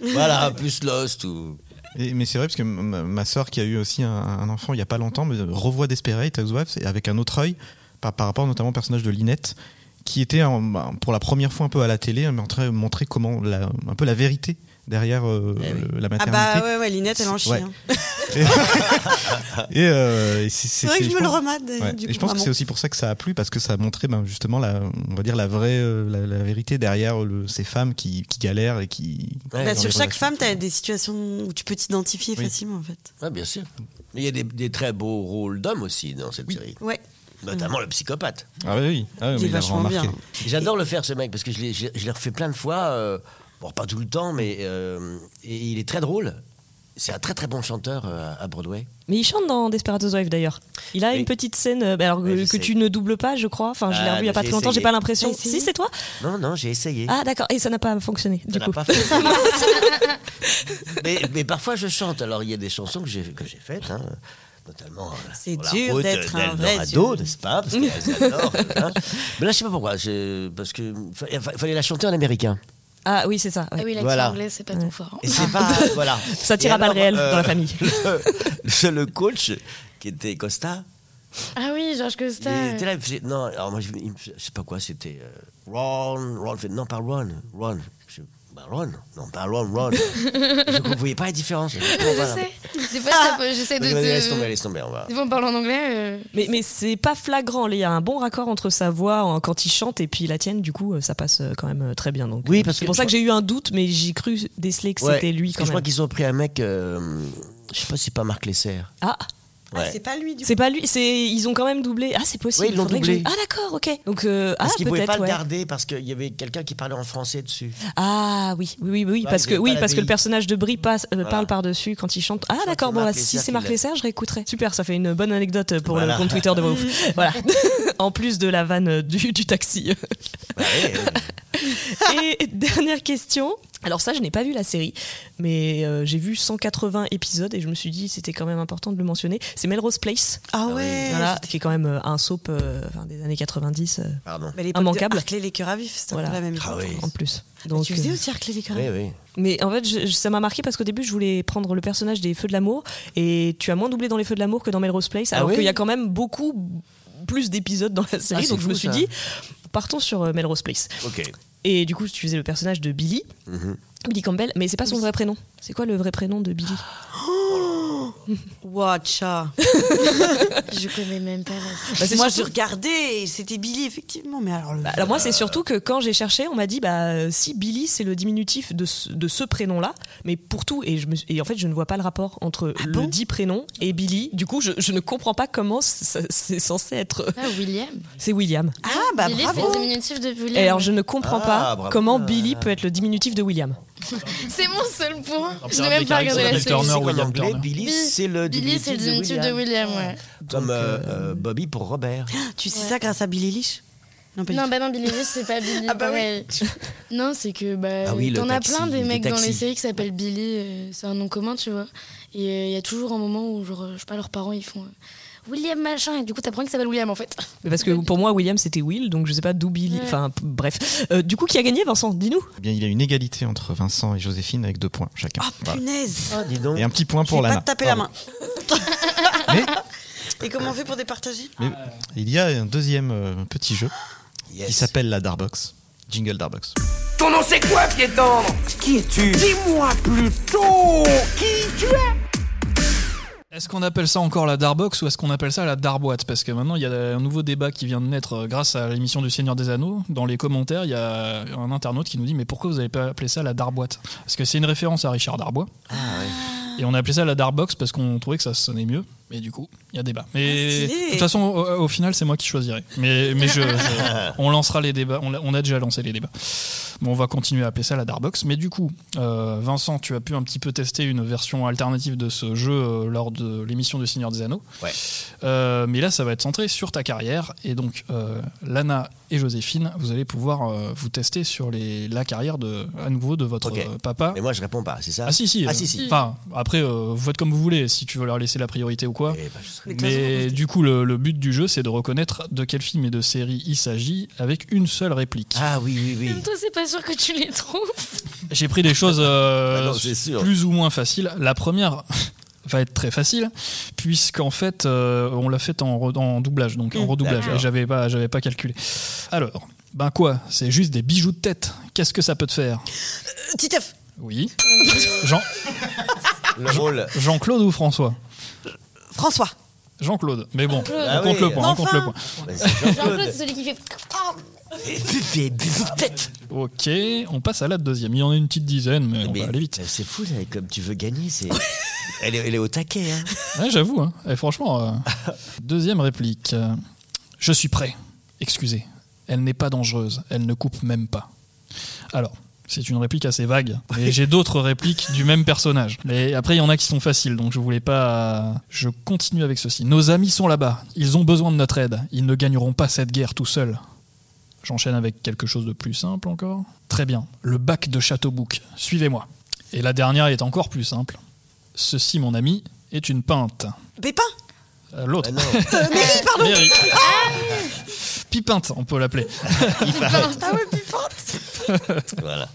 Voilà,
Voilà, plus Lost ou.
Et- mais c'est vrai parce que m- m- ma sœur qui a eu aussi un, un enfant il y a pas longtemps me revoit Desperate Housewives et avec un autre œil par, par rapport notamment au personnage de Lynette qui était en- bah, pour la première fois un peu à la télé hein, mais en train de montrer comment la- un peu la vérité derrière euh, le- la
Ah
maternité.
bah ouais, ouais, Linette, elle en chie.
Ouais.
hein.
Et, euh, et c'est
C'est vrai que
c'était-
je me le
pense-
remate, euh, du
Et je
coup,
pense que
vraiment.
c'est aussi pour ça que ça a plu parce que ça a montré ben, justement la, on va dire la vraie euh, la, la vérité derrière le- ces femmes qui, qui galèrent et qui.
Bah,
dans
sur
les
chaque
relations.
femme, t'as des situations où tu peux t'identifier
Oui.
facilement, en fait.
Ouais, bien sûr. Mais il y a des, des très beaux rôles d'hommes aussi dans cette série.
Ouais.
Notamment le psychopathe.
Ah oui, oui. Ah oui, mais il a vraiment marqué.
J'adore le faire ce mec parce que je l'ai, je- je l'ai refait plein de fois. euh, bon, pas tout le temps, mais euh, et il est très drôle. C'est un très très bon chanteur euh, à Broadway.
Mais il chante dans Desperate Housewives d'ailleurs. Il a une petite scène euh, bah, alors, que, que tu ne doubles pas, je crois. Enfin, je l'ai
Ah,
revu il n'y a pas
j'ai
très longtemps, j'ai
essayé.
pas l'impression.
T'as essayé
Si, c'est toi
Non, non, j'ai essayé.
Ah, d'accord. Et ça n'a pas fonctionné,
Ça
du
n'a
coup.
pas fait. mais, mais parfois je chante. Alors il y a des chansons que j'ai, que j'ai faites, hein, notamment. euh,
C'est
sur la
dur
route,
d'être
euh,
un vrai
d'Eldorado,
Dieu.
n'est-ce pas Parce qu'elles adorent, hein. Mais là, je sais pas pourquoi. je- parce que fa- fa- fallait la chanter en américain.
Ah oui, c'est ça. ouais.
Ah oui, l'accent
Voilà.
anglais, c'est pas ton fort. hein.
Et c'est pas. voilà.
Ça tire
Et
à balles
alors,
réelles
euh,
dans la famille.
Le, le coach, qui était Costa,
Ah oui, Georges Costa.
il était là. il faisait- non, alors moi, je, il me- je sais pas quoi, c'était euh, Ron, Ron. fait- Non, pas Ron, Ron. Je- bah, Ron, non, pas Ron, Ron. je ne voyais pas la différence.
Je
Voilà.
sais. Des fois, ça peut- j'essaie de.
Vas-y, vas-y, Laisse
de-
tomber, laisse tomber, on va.
Des fois, on parle en anglais. euh,
Mais, mais c'est pas flagrant. là. Il y a un bon raccord entre sa voix en- quand il chante et puis la tienne. Du coup, euh, ça passe euh, quand même euh, très bien. Donc,
Oui,
euh,
parce
c'est
que
pour ça
je
que j'ai eu un doute, mais j'ai cru déceler que
Ouais,
c'était lui
parce que
quand
Je crois
même.
qu'ils ont pris un mec, euh, je sais pas si c'est pas Marc Lesser.
Ah,
Ouais.
pas lui,
c'est pas lui. C'est ils ont quand même doublé. Ah, c'est possible.
Oui, ils l'ont
faudrait que
doublé.
je- Ah d'accord, ok. Donc euh, ah
Parce qu'ils pouvaient
peut-être.
pas
ouais.
le garder parce qu'il y avait quelqu'un qui parlait en français dessus.
Ah oui, oui, oui, oui,
Ouais,
parce
ils
que
avaient
oui,
pas la
parce que le
VI.
personnage de Brie passe, euh,
Voilà.
parle par-dessus quand il chante. Ah d'accord,
c'est
bon, bah,
Marc
si
Lesser
c'est
qui
Marc
l'a.
Lesser, je réécouterai. Super, ça fait une bonne anecdote euh, pour
Voilà.
le compte Twitter de Voix Off. voilà. en plus de la vanne euh, du, du taxi.
Bah euh,
Et dernière question. Alors ça, je n'ai pas vu la série, mais euh, j'ai vu 180 épisodes et je me suis dit c'était quand même important de le mentionner. C'est Melrose Place.
Ah ouais.
Voilà, qui est quand même euh, un soap euh, enfin, des années 90. euh,
Pardon.
Bah, l'époque
Immanquable.
de Harclay, les cœurs à vif, c'était un peu
Voilà.
la même
Ah
époque.
oui.
En plus.
Mais tu
euh,
faisais aussi Harclay,
Ah.
les cœurs à
Oui,
vif
oui.
mais en fait, je- je- ça m'a marqué parce qu'au début, je voulais prendre le personnage des Feux de l'amour et tu as moins doublé dans les Feux de l'amour que dans Melrose Place, alors
Ah oui Ah,
qu'il y a quand même beaucoup plus d'épisodes dans la série.
c'est
donc je
fou,
me suis
ça.
dit, partons sur euh, Melrose Place.
Ok.
Et du coup, tu faisais le personnage de Billy,
Mhm.
Billy Campbell, mais c'est pas son vrai prénom. C'est quoi le vrai prénom de Billy
Watcha.
Je connais même pas la série.
Moi,
Bah, surtout-
je regardais et c'était Billy, effectivement. Mais alors, le...
Bah, Alors moi, c'est surtout que quand j'ai cherché, on m'a dit bah euh, si Billy c'est le diminutif de ce, de ce prénom-là, mais pour tout et je me suis- et en fait je ne vois pas le rapport entre
Ah
le dit prénom et Billy. Du coup, je, je ne comprends pas comment ça- c'est censé être.
Ah, William.
C'est William.
Ah, bah
Billy, c'est le
bravo.
diminutif de William.
Et alors je ne comprends
Ah,
pas
bravo.
comment Billy peut être le diminutif de William.
C'est mon seul point.
En plus,
Je n'ai
un
même
des
pas
caractères
regardé la
d'Alter
série.
Turner,
En
William
anglais,
Turner.
Billy, c'est le
Billy, c'est le diminutif de William, ouais.
Comme euh, euh, Bobby pour Robert.
Tu sais ça grâce à Billy Leash Non, pas du
Non,
tout.
bah non, Billy Elliot, c'est pas Billy.
Ah bah oui.
pareil. Non, c'est que bah,
Ah oui, le
t'en as
taxi,
plein des
des
mecs dans les
taxis.
séries qui s'appellent Billy, euh, c'est un nom commun, tu vois. Et il y a toujours un moment où, genre, euh, je sais pas, leurs parents ils font. euh, William machin, et du coup, t'apprends qu'il s'appelle William en fait.
Mais parce que pour moi, William, c'était Will, donc je sais pas d'où Billy.
Ouais.
Enfin, p- bref. Euh, du coup, qui a gagné, Vincent Dis-nous.
Eh bien, il y a une égalité entre Vincent et Joséphine avec deux points chacun. Voilà.
Oh, Punaise
Ah, dis donc.
Et un petit point
Je vais
pour
pas
Lana.
te taper la main. Et comment on fait pour départager
Mais il y a un deuxième euh, petit jeu qui s'appelle la Darbox. Jingle Darbox.
Ton nom c'est quoi, pied tendre Qui es-tu Dis-moi plutôt qui tu es
Est-ce qu'on appelle ça encore la Darbox ou est-ce qu'on appelle ça la Darboîte Parce que maintenant, il y a un nouveau débat qui vient de naître euh, grâce à l'émission du Seigneur des Anneaux. Dans les commentaires, il y a un internaute qui nous dit Mais pourquoi vous n'avez pas appelé ça la Darboîte Parce que c'est une référence à Richard Darbois. Et on a appelé ça la Darbox parce qu'on trouvait que ça sonnait mieux. Mais du coup, il y a débat. Mais
stylé.
de toute façon, au, au final, c'est moi qui choisirai. Mais, mais je- je- on lancera les débats. On, l'a- on a déjà lancé les débats. Bon, on va continuer à appeler ça la Darbox. Mais du coup, euh, Vincent, tu as pu un petit peu tester une version alternative de ce jeu euh, lors de l'émission de Seigneur des Anneaux.
Ouais.
Euh, mais là, ça va être centré sur ta carrière. Et donc, euh, Lana et Joséphine, vous allez pouvoir euh, vous tester sur les, la carrière de, à nouveau de votre
Ok.
euh, papa.
Mais moi, je réponds pas, c'est ça
Ah si si.
Ah
euh,
si, si.
Enfin, après, euh, vous faites comme vous voulez, si tu veux leur laisser la priorité ou
Eh
quoi.
Mais de toute façon,
Mais du coup, le, le but du jeu, c'est de reconnaître de quel film et de série il s'agit avec une seule réplique.
Ah oui, oui, oui.
Toi, c'est pas sûr que tu les trouves.
J'ai pris des choses euh,
Ah non, c'est sûr.
plus ou moins faciles. La première va être très facile, puisqu'en fait, euh, on l'a faite en, re- en doublage, donc en
Mm.
redoublage.
D'accord.
Et j'avais pas, j'avais pas calculé. Alors, ben quoi C'est juste des bijoux de tête. Qu'est-ce que ça peut te faire
Euh, Titeuf
Oui. Jean,
Le rôle.
Jean-Claude ou François
François
Jean-Claude. Mais bon,
Jean-Claude.
on
Ah
compte
oui. ben,
le point. on
Enfin.
compte le point.
Jean-Claude, c'est celui qui fait.
Ok, on passe à la deuxième. Il y en a une petite dizaine, mais, on
Mais
va aller vite.
C'est fou, là, comme tu veux gagner, c'est. elle, est, elle est au taquet, hein.
Ouais, J'avoue, hein. Eh, franchement. euh, Deuxième réplique. euh, Je suis prêt. Excusez. Elle n'est pas dangereuse. Elle ne coupe même pas. Alors. C'est une réplique assez vague. Et j'ai d'autres répliques du même personnage. Mais après, il y en a qui sont faciles, donc je voulais pas. Je continue avec ceci. Nos amis sont là-bas. Ils ont besoin de notre aide. Ils ne gagneront pas cette guerre tout seuls. J'enchaîne avec quelque chose de plus simple encore. Très bien. Le bac de Châteaubourg. Suivez-moi. Et la dernière est encore plus simple. Ceci, mon ami, est une pinte.
Pépin
Euh, L'autre.
Ah non.
Euh, Mairie, pardon
Mairie. Pipinte, on peut l'appeler.
Ah ouais, Pépin
Voilà.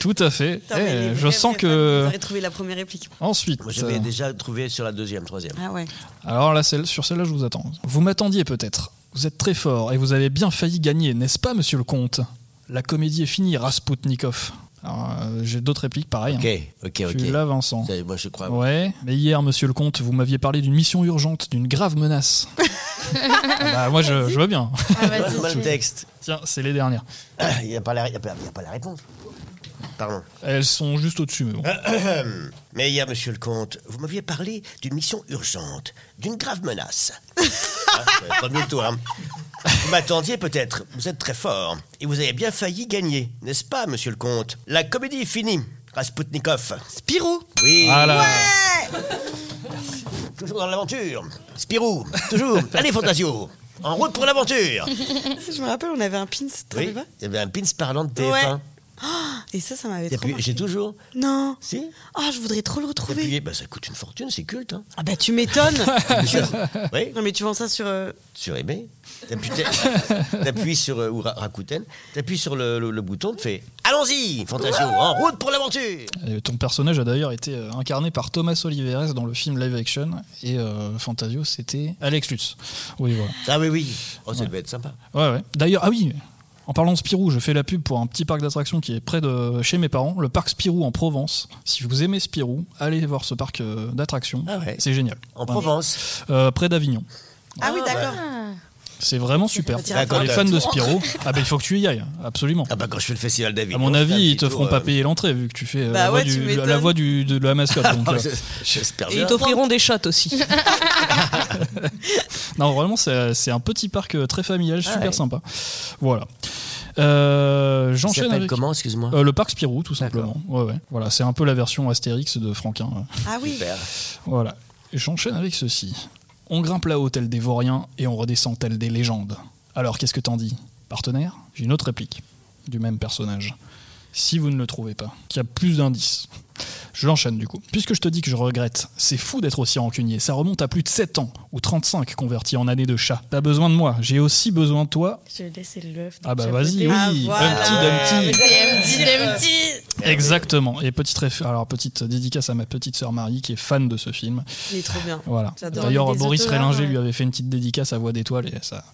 Tout à fait.
Putain, mais
Eh,
les
je
vrais, vrais
sens
fans,
que.
Vous aurez trouvé la première réplique.
Ensuite.
Moi, j'avais déjà trouvé sur la deuxième, troisième.
Ah ouais.
Alors là, celle- sur celle-là, je vous attends. Vous m'attendiez peut-être. Vous êtes très fort et vous avez bien failli gagner, n'est-ce pas, monsieur le comte La comédie est finie, Raspoutnikov. Alors, euh, j'ai d'autres répliques, pareil.
Ok,
hein.
ok, ok.
Tu l'as, Vincent.
Ça, Moi, je crois.
Ouais, mais hier, monsieur le comte, vous m'aviez parlé d'une mission urgente, d'une grave menace. Ah bah, moi, je, je vois bien.
Ah,
Moi,
vas-y,
moi, le
tu-
texte.
Tiens, c'est les dernières.
Il n'y a, pas la- il y a pas- il y a pas la réponse. Pardon.
Elles sont juste au-dessus, mais bon.
Mais hier, monsieur le comte, vous m'aviez parlé d'une mission urgente, d'une grave menace. Ah, Pas mieux tout, hein. Vous m'attendiez peut-être, vous êtes très fort, et vous avez bien failli gagner, n'est-ce pas, monsieur le comte La comédie est finie, Raspoutnikov.
Spirou
Oui,
Voilà.
toujours dans l'aventure. Spirou, toujours. Allez, Fantasio, en route pour l'aventure.
Je me rappelle, on avait un pins, tu te
Oui,
rappelles pas
il y avait un pins parlant de
Ouais.
TF1.
Ah, Et ça, ça m'avait
T'as
trop
pu- J'ai
marqué.
toujours.
Non
Si
Ah, je voudrais trop le
T'as
retrouver.
appuyé, bah, ça coûte une fortune, c'est culte. Hein.
Ah bah tu m'étonnes
Oui,
Non mais tu vends ça sur... euh,
sur eBay. T'appuies t'as- t'appuies sur. euh, ou Ra- Rakuten. T'appuies sur le, le- le bouton, tu fais Allons-y, Fantasio,
Ah.
en route pour l'aventure
Et ton personnage a d'ailleurs été euh, incarné par Thomas Oliveres dans le film Live Action et euh, Fantasio c'était Alex Lutz. Oui voilà.
Ah oui, oui. Oh, ça devait être sympa.
Ouais ouais. D'ailleurs ah oui. En parlant de Spirou, je fais la pub pour un petit parc d'attractions qui est près de chez mes parents, le parc Spirou en Provence. Si vous aimez Spirou, allez voir ce parc euh, d'attractions.
Ah ouais.
C'est génial.
En
Voilà.
Provence.
Euh, près d'Avignon.
Ah oui, d'accord.
Ah.
C'est vraiment super.
Bah,
Pour les
quand,
fans
euh,
de Spirou, ah ben il faut que tu y ailles, absolument.
Ah bah quand je fais le festival
À
d'Avignon.
mon
je fais un
avis, ils
petit
te
tour,
feront pas
euh,
payer l'entrée vu que tu fais euh,
Bah
la, voix
ouais, tu
du- la
m'étonnes.
voix du- de la mascotte. donc,
Ah,
euh,
je- J'espère
Et ils
bien.
t'offriront des shots aussi.
Non, vraiment, c'est c'est un petit parc euh, très familial, super
ouais.
sympa. Voilà. Euh,
Ça
J'enchaîne
s'appelle
avec
comment, excuse-moi
euh, le parc Spirou, tout simplement. Ouais, ouais. Voilà, c'est un peu la version Astérix de Franquin. ouais.
Ah oui
Super.
Voilà. Et J'enchaîne avec ceci. On grimpe là-haut tel des vauriens et on redescend tel des légendes. Alors, qu'est-ce que t'en dis Partenaire J'ai une autre réplique du même personnage. Si vous ne le trouvez pas, qui a plus d'indices. Je l'enchaîne du coup. Puisque je te dis que je regrette, c'est fou d'être aussi rancunier. Ça remonte à plus de 7 ans, ou 35 convertis en année de chat. T'as besoin de moi, j'ai aussi besoin de toi.
Je laissais l'œuf.
Ah bah vas-y, oui,
Ah, voilà.
Dumpty, Dumpty.
Dumpty, Dumpty.
Exactement. Et petite, réf- alors, petite dédicace à ma petite sœur Marie qui est fan de ce film.
Il est trop bien.
Voilà.
J'adore. hein.
D'ailleurs,
Des
Boris
autographes,
Rélinger
ouais.
lui avait fait une petite dédicace à Voix d'étoile et ça,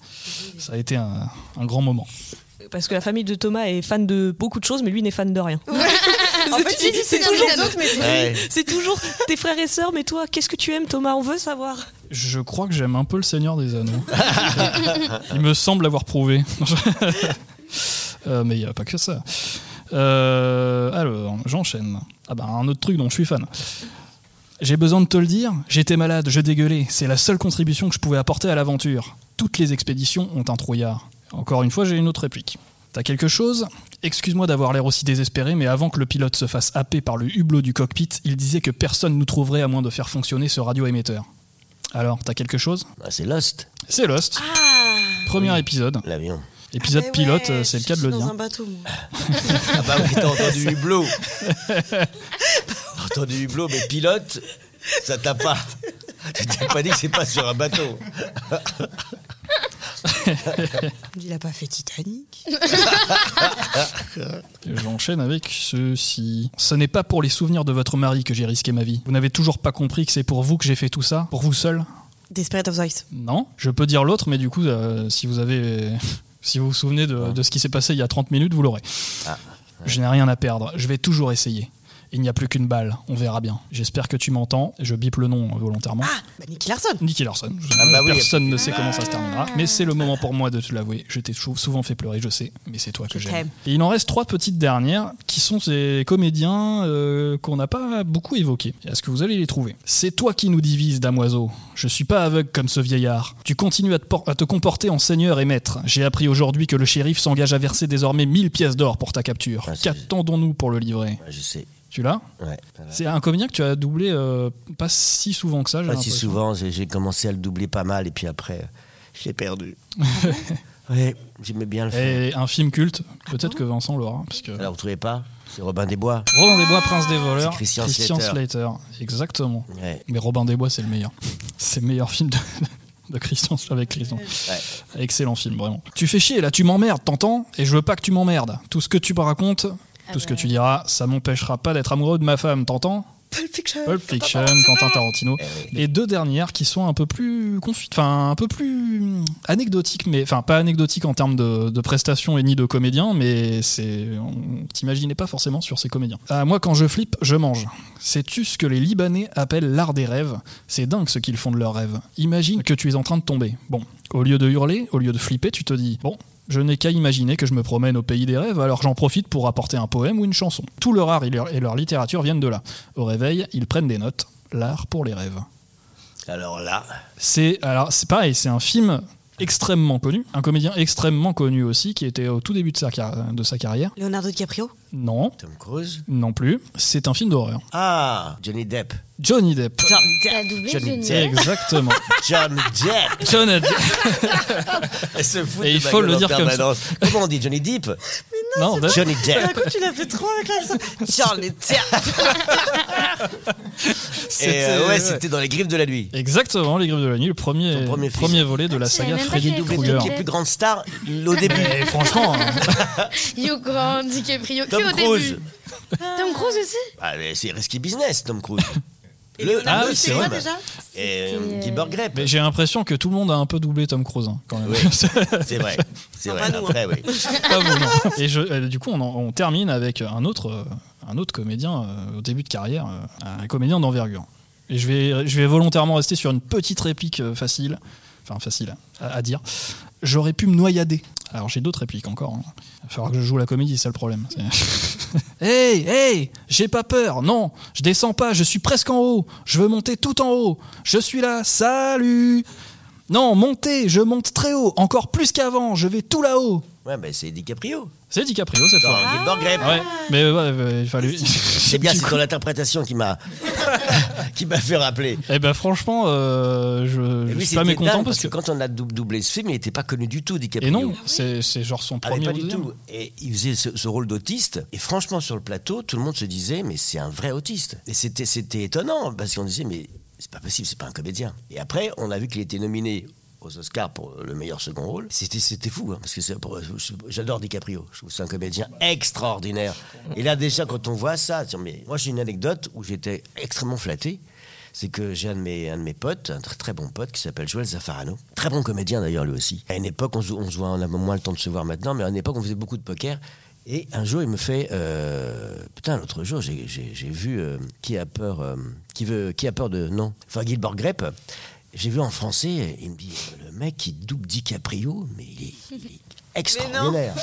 ça a été un, un grand moment.
Parce que la famille de Thomas est fan de beaucoup de choses, mais lui n'est fan de rien.
En
C'est-
fait, il dit
c'est
c'est
toujours
les autres, mais c'est lui.
Ouais.
C'est toujours tes frères et sœurs, mais toi, qu'est-ce que tu aimes, Thomas On veut savoir.
Je crois que j'aime un peu le Seigneur des Anneaux. Il me semble l'avoir prouvé. Euh, mais il n'y a pas que ça. Euh, alors, j'enchaîne. Ah bah, un autre truc dont je suis fan. J'ai besoin de te le dire, j'étais malade, je dégueulais. C'est la seule contribution que je pouvais apporter à l'aventure. Toutes les expéditions ont un trouillard. Encore une fois, j'ai une autre réplique. T'as quelque chose Excuse-moi d'avoir l'air aussi désespéré, mais avant que le pilote se fasse happer par le hublot du cockpit, il disait que personne nous trouverait à moins de faire fonctionner ce radio-émetteur. Alors, t'as quelque chose
Ah, C'est Lost.
C'est Lost. Premier épisode.
L'avion.
Épisode
Ah, mais
pilote,
Ah. bah
euh,
ouais,
c'est le cas de
je
le
suis
dire.
dans un bateau, moi.
Ah bah oui, t'as entendu hublot. T'as entendu hublot, mais pilote, ça t'a pas. Tu t'es pas dit que c'est pas sur un bateau.
Il a pas fait Titanic.
J'enchaîne avec ceci. Ce n'est pas pour les souvenirs de votre mari que j'ai risqué ma vie. Vous n'avez toujours pas compris que c'est pour vous que j'ai fait tout ça Pour vous seul
Desperate of Ice.
Non. Je peux dire l'autre, mais du coup, euh, si vous avez. Si vous vous souvenez de, de ce qui s'est passé il y a 30 minutes, vous l'aurez. Je n'ai rien à perdre. Je vais toujours essayer. Il n'y a plus qu'une balle. On verra bien. J'espère que tu m'entends. Je bipe le nom euh, volontairement.
Bah, Nicky Larson.
Nicky Larson. Je-
Ah bah oui,
Personne
y a-
ne sait comment ça se terminera. Mais c'est le moment pour moi de te l'avouer. Je t'ai chou- souvent fait pleurer, je sais, mais c'est toi que j'aime.
t'aime.
Et il en reste trois petites dernières qui sont ces comédiens euh, qu'on n'a pas beaucoup évoqués. Est-ce que vous allez les trouver C'est toi qui nous divise, damoiseau. Je suis pas aveugle comme ce vieillard. Tu continues à te, por- à te comporter en seigneur et maître. J'ai appris aujourd'hui que le shérif s'engage à verser désormais 1000 pièces d'or pour ta capture. Qu'attendons-nous pour le livrer
Ah, Je sais.
Tu l'as
Ouais.
C'est un comédien que tu as doublé euh, pas si souvent que ça, j'ai
Pas si
l'impression.
souvent, j'ai j'ai commencé à le doubler pas mal et puis après, euh, je l'ai perdu. ouais, j'aimais bien le faire.
Et un film culte, peut-être que Vincent l'aura. hein, Parce que...
Alors, vous trouvez pas C'est Robin des Bois.
Robin des Bois, Prince des voleurs.
Ah. C'est Christian Slater.
Slater. Exactement. Mais Robin des Bois, c'est le meilleur. C'est le meilleur film de, de Christian avec Christian. Excellent film, vraiment. Tu fais chier, là, tu m'emmerdes, t'entends Et je veux pas que tu m'emmerdes. Tout ce que tu me racontes,
Ah
tout
bah
ce que tu diras, ça m'empêchera pas d'être amoureux de ma femme, t'entends
Pulp Fiction.
Pulp Fiction, Quentin Tarantino, et deux dernières qui sont un peu plus confi- enfin un peu plus hum, anecdotiques, mais enfin pas anecdotiques en termes de, de prestations et ni de comédiens, mais c'est on t'imaginait pas forcément sur ces comédiens. Ah, moi, quand je flippe, je mange. Sais-tu ce que les Libanais appellent l'art des rêves C'est dingue ce qu'ils font de leurs rêves. Imagine que tu es en train de tomber. Bon, au lieu de hurler, au lieu de flipper, tu te dis bon. Je n'ai qu'à imaginer que je me promène au pays des rêves, alors j'en profite pour apporter un poème ou une chanson. Tout leur art et leur, et leur littérature viennent de là. Au réveil, ils prennent des notes. L'art pour les rêves.
Alors là,
C'est alors c'est pareil, c'est un film extrêmement connu, un comédien extrêmement connu aussi qui était au tout début de sa, car- de sa carrière.
Leonardo DiCaprio.
Non.
Tom Cruise.
Non plus. C'est un film d'horreur.
Ah, Johnny Depp.
Johnny Depp.
T'as
doublé
Exactement.
John Depp.
John Depp.
Elle se fout
Et
de
il
ma
faut
gueule
le
en
dire comme ça.
permanence. Comment on dit Johnny Depp
Non, Depp.
Johnny
D'un
Depp.
coup, tu l'as fait trop avec l'accent. Johnny Depp.
Et euh, ouais, c'était dans les griffes de la nuit.
Exactement, Les Griffes de la Nuit, le premier, premier, volet de Ah, la saga Freddy Krueger.
Qui est plus grande star au début.
Et franchement, hein,
Hugh Grant, DiCaprio, que
Tom
au
Cruise.
début. Tom Cruise aussi
Ah, mais c'est risky business, Tom Cruise.
Et
Le,
Leonardo,
le
c'est
film.
quoi déjà
Et euh,
C'était, euh,
Gilbert Grape.
mais j'ai l'impression que tout le monde a un peu doublé Tom Cruise hein, quand même.
Oui, c'est vrai. C'est vrai.
nous,
hein.
Après, oui.
Pas vous, non. Et je- euh, du coup, on, en- on termine avec un autre, euh, un autre comédien euh, au début de carrière, euh, un comédien d'envergure. Et je vais, je vais volontairement rester sur une petite réplique euh, facile, enfin facile à, à dire. J'aurais pu me noyader. Alors j'ai d'autres répliques encore. hein. Il va falloir que je joue la comédie, c'est ça le problème. C'est- hey, hey, j'ai pas peur. Non, je descends pas. Je suis presque en haut. Je veux monter tout en haut. Je suis là. Salut. Non, montez. Je monte très haut. Encore plus qu'avant. Je vais tout là-haut.
Ouais, mais c'est DiCaprio.
C'est DiCaprio cette
Non,
fois.
Gilbert Grape.
Ah Ouais, mais ouais, ouais, il fallait.
C'est bien, c'est ton interprétation qui m'a qui m'a fait rappeler.
Eh ben franchement, euh, je,
Et
je
lui,
suis pas
c'était
mécontent
dingue,
parce que.
quand on a dou- doublé ce film, il n'était pas connu du tout, DiCaprio.
Et non, c'est c'est genre son
Ah, mais
premier.
pas
ou
du
deuxième.
tout. Et il faisait ce, ce rôle d'autiste. Et franchement, sur le plateau, tout le monde se disait, mais c'est un vrai autiste. Et c'était, c'était étonnant parce qu'on disait, mais c'est pas possible, c'est pas un comédien. Et après, on a vu qu'il était nominé aux Oscars pour le meilleur second rôle. C'était, c'était fou, hein, parce que c'est- pour- je- j'adore DiCaprio. Je trouve que c'est un comédien extraordinaire. Et là, déjà, quand on voit ça, tiens, mais moi, j'ai une anecdote où j'étais extrêmement flatté. C'est que j'ai un de mes, un de mes potes, un très, très bon pote qui s'appelle Joël Zaffarano. Très bon comédien d'ailleurs lui aussi. À une époque, on se, on se voit, on a moins le temps de se voir maintenant, mais à une époque, on faisait beaucoup de poker. Et un jour, il me fait euh, Putain, l'autre jour, j'ai j'ai- j'ai vu euh, Qui a peur euh, qui, veut, qui a peur de. Non. Enfin, Gilbert Grape. J'ai vu en français, il me dit Le mec qui double DiCaprio, mais il est, il est extraordinaire.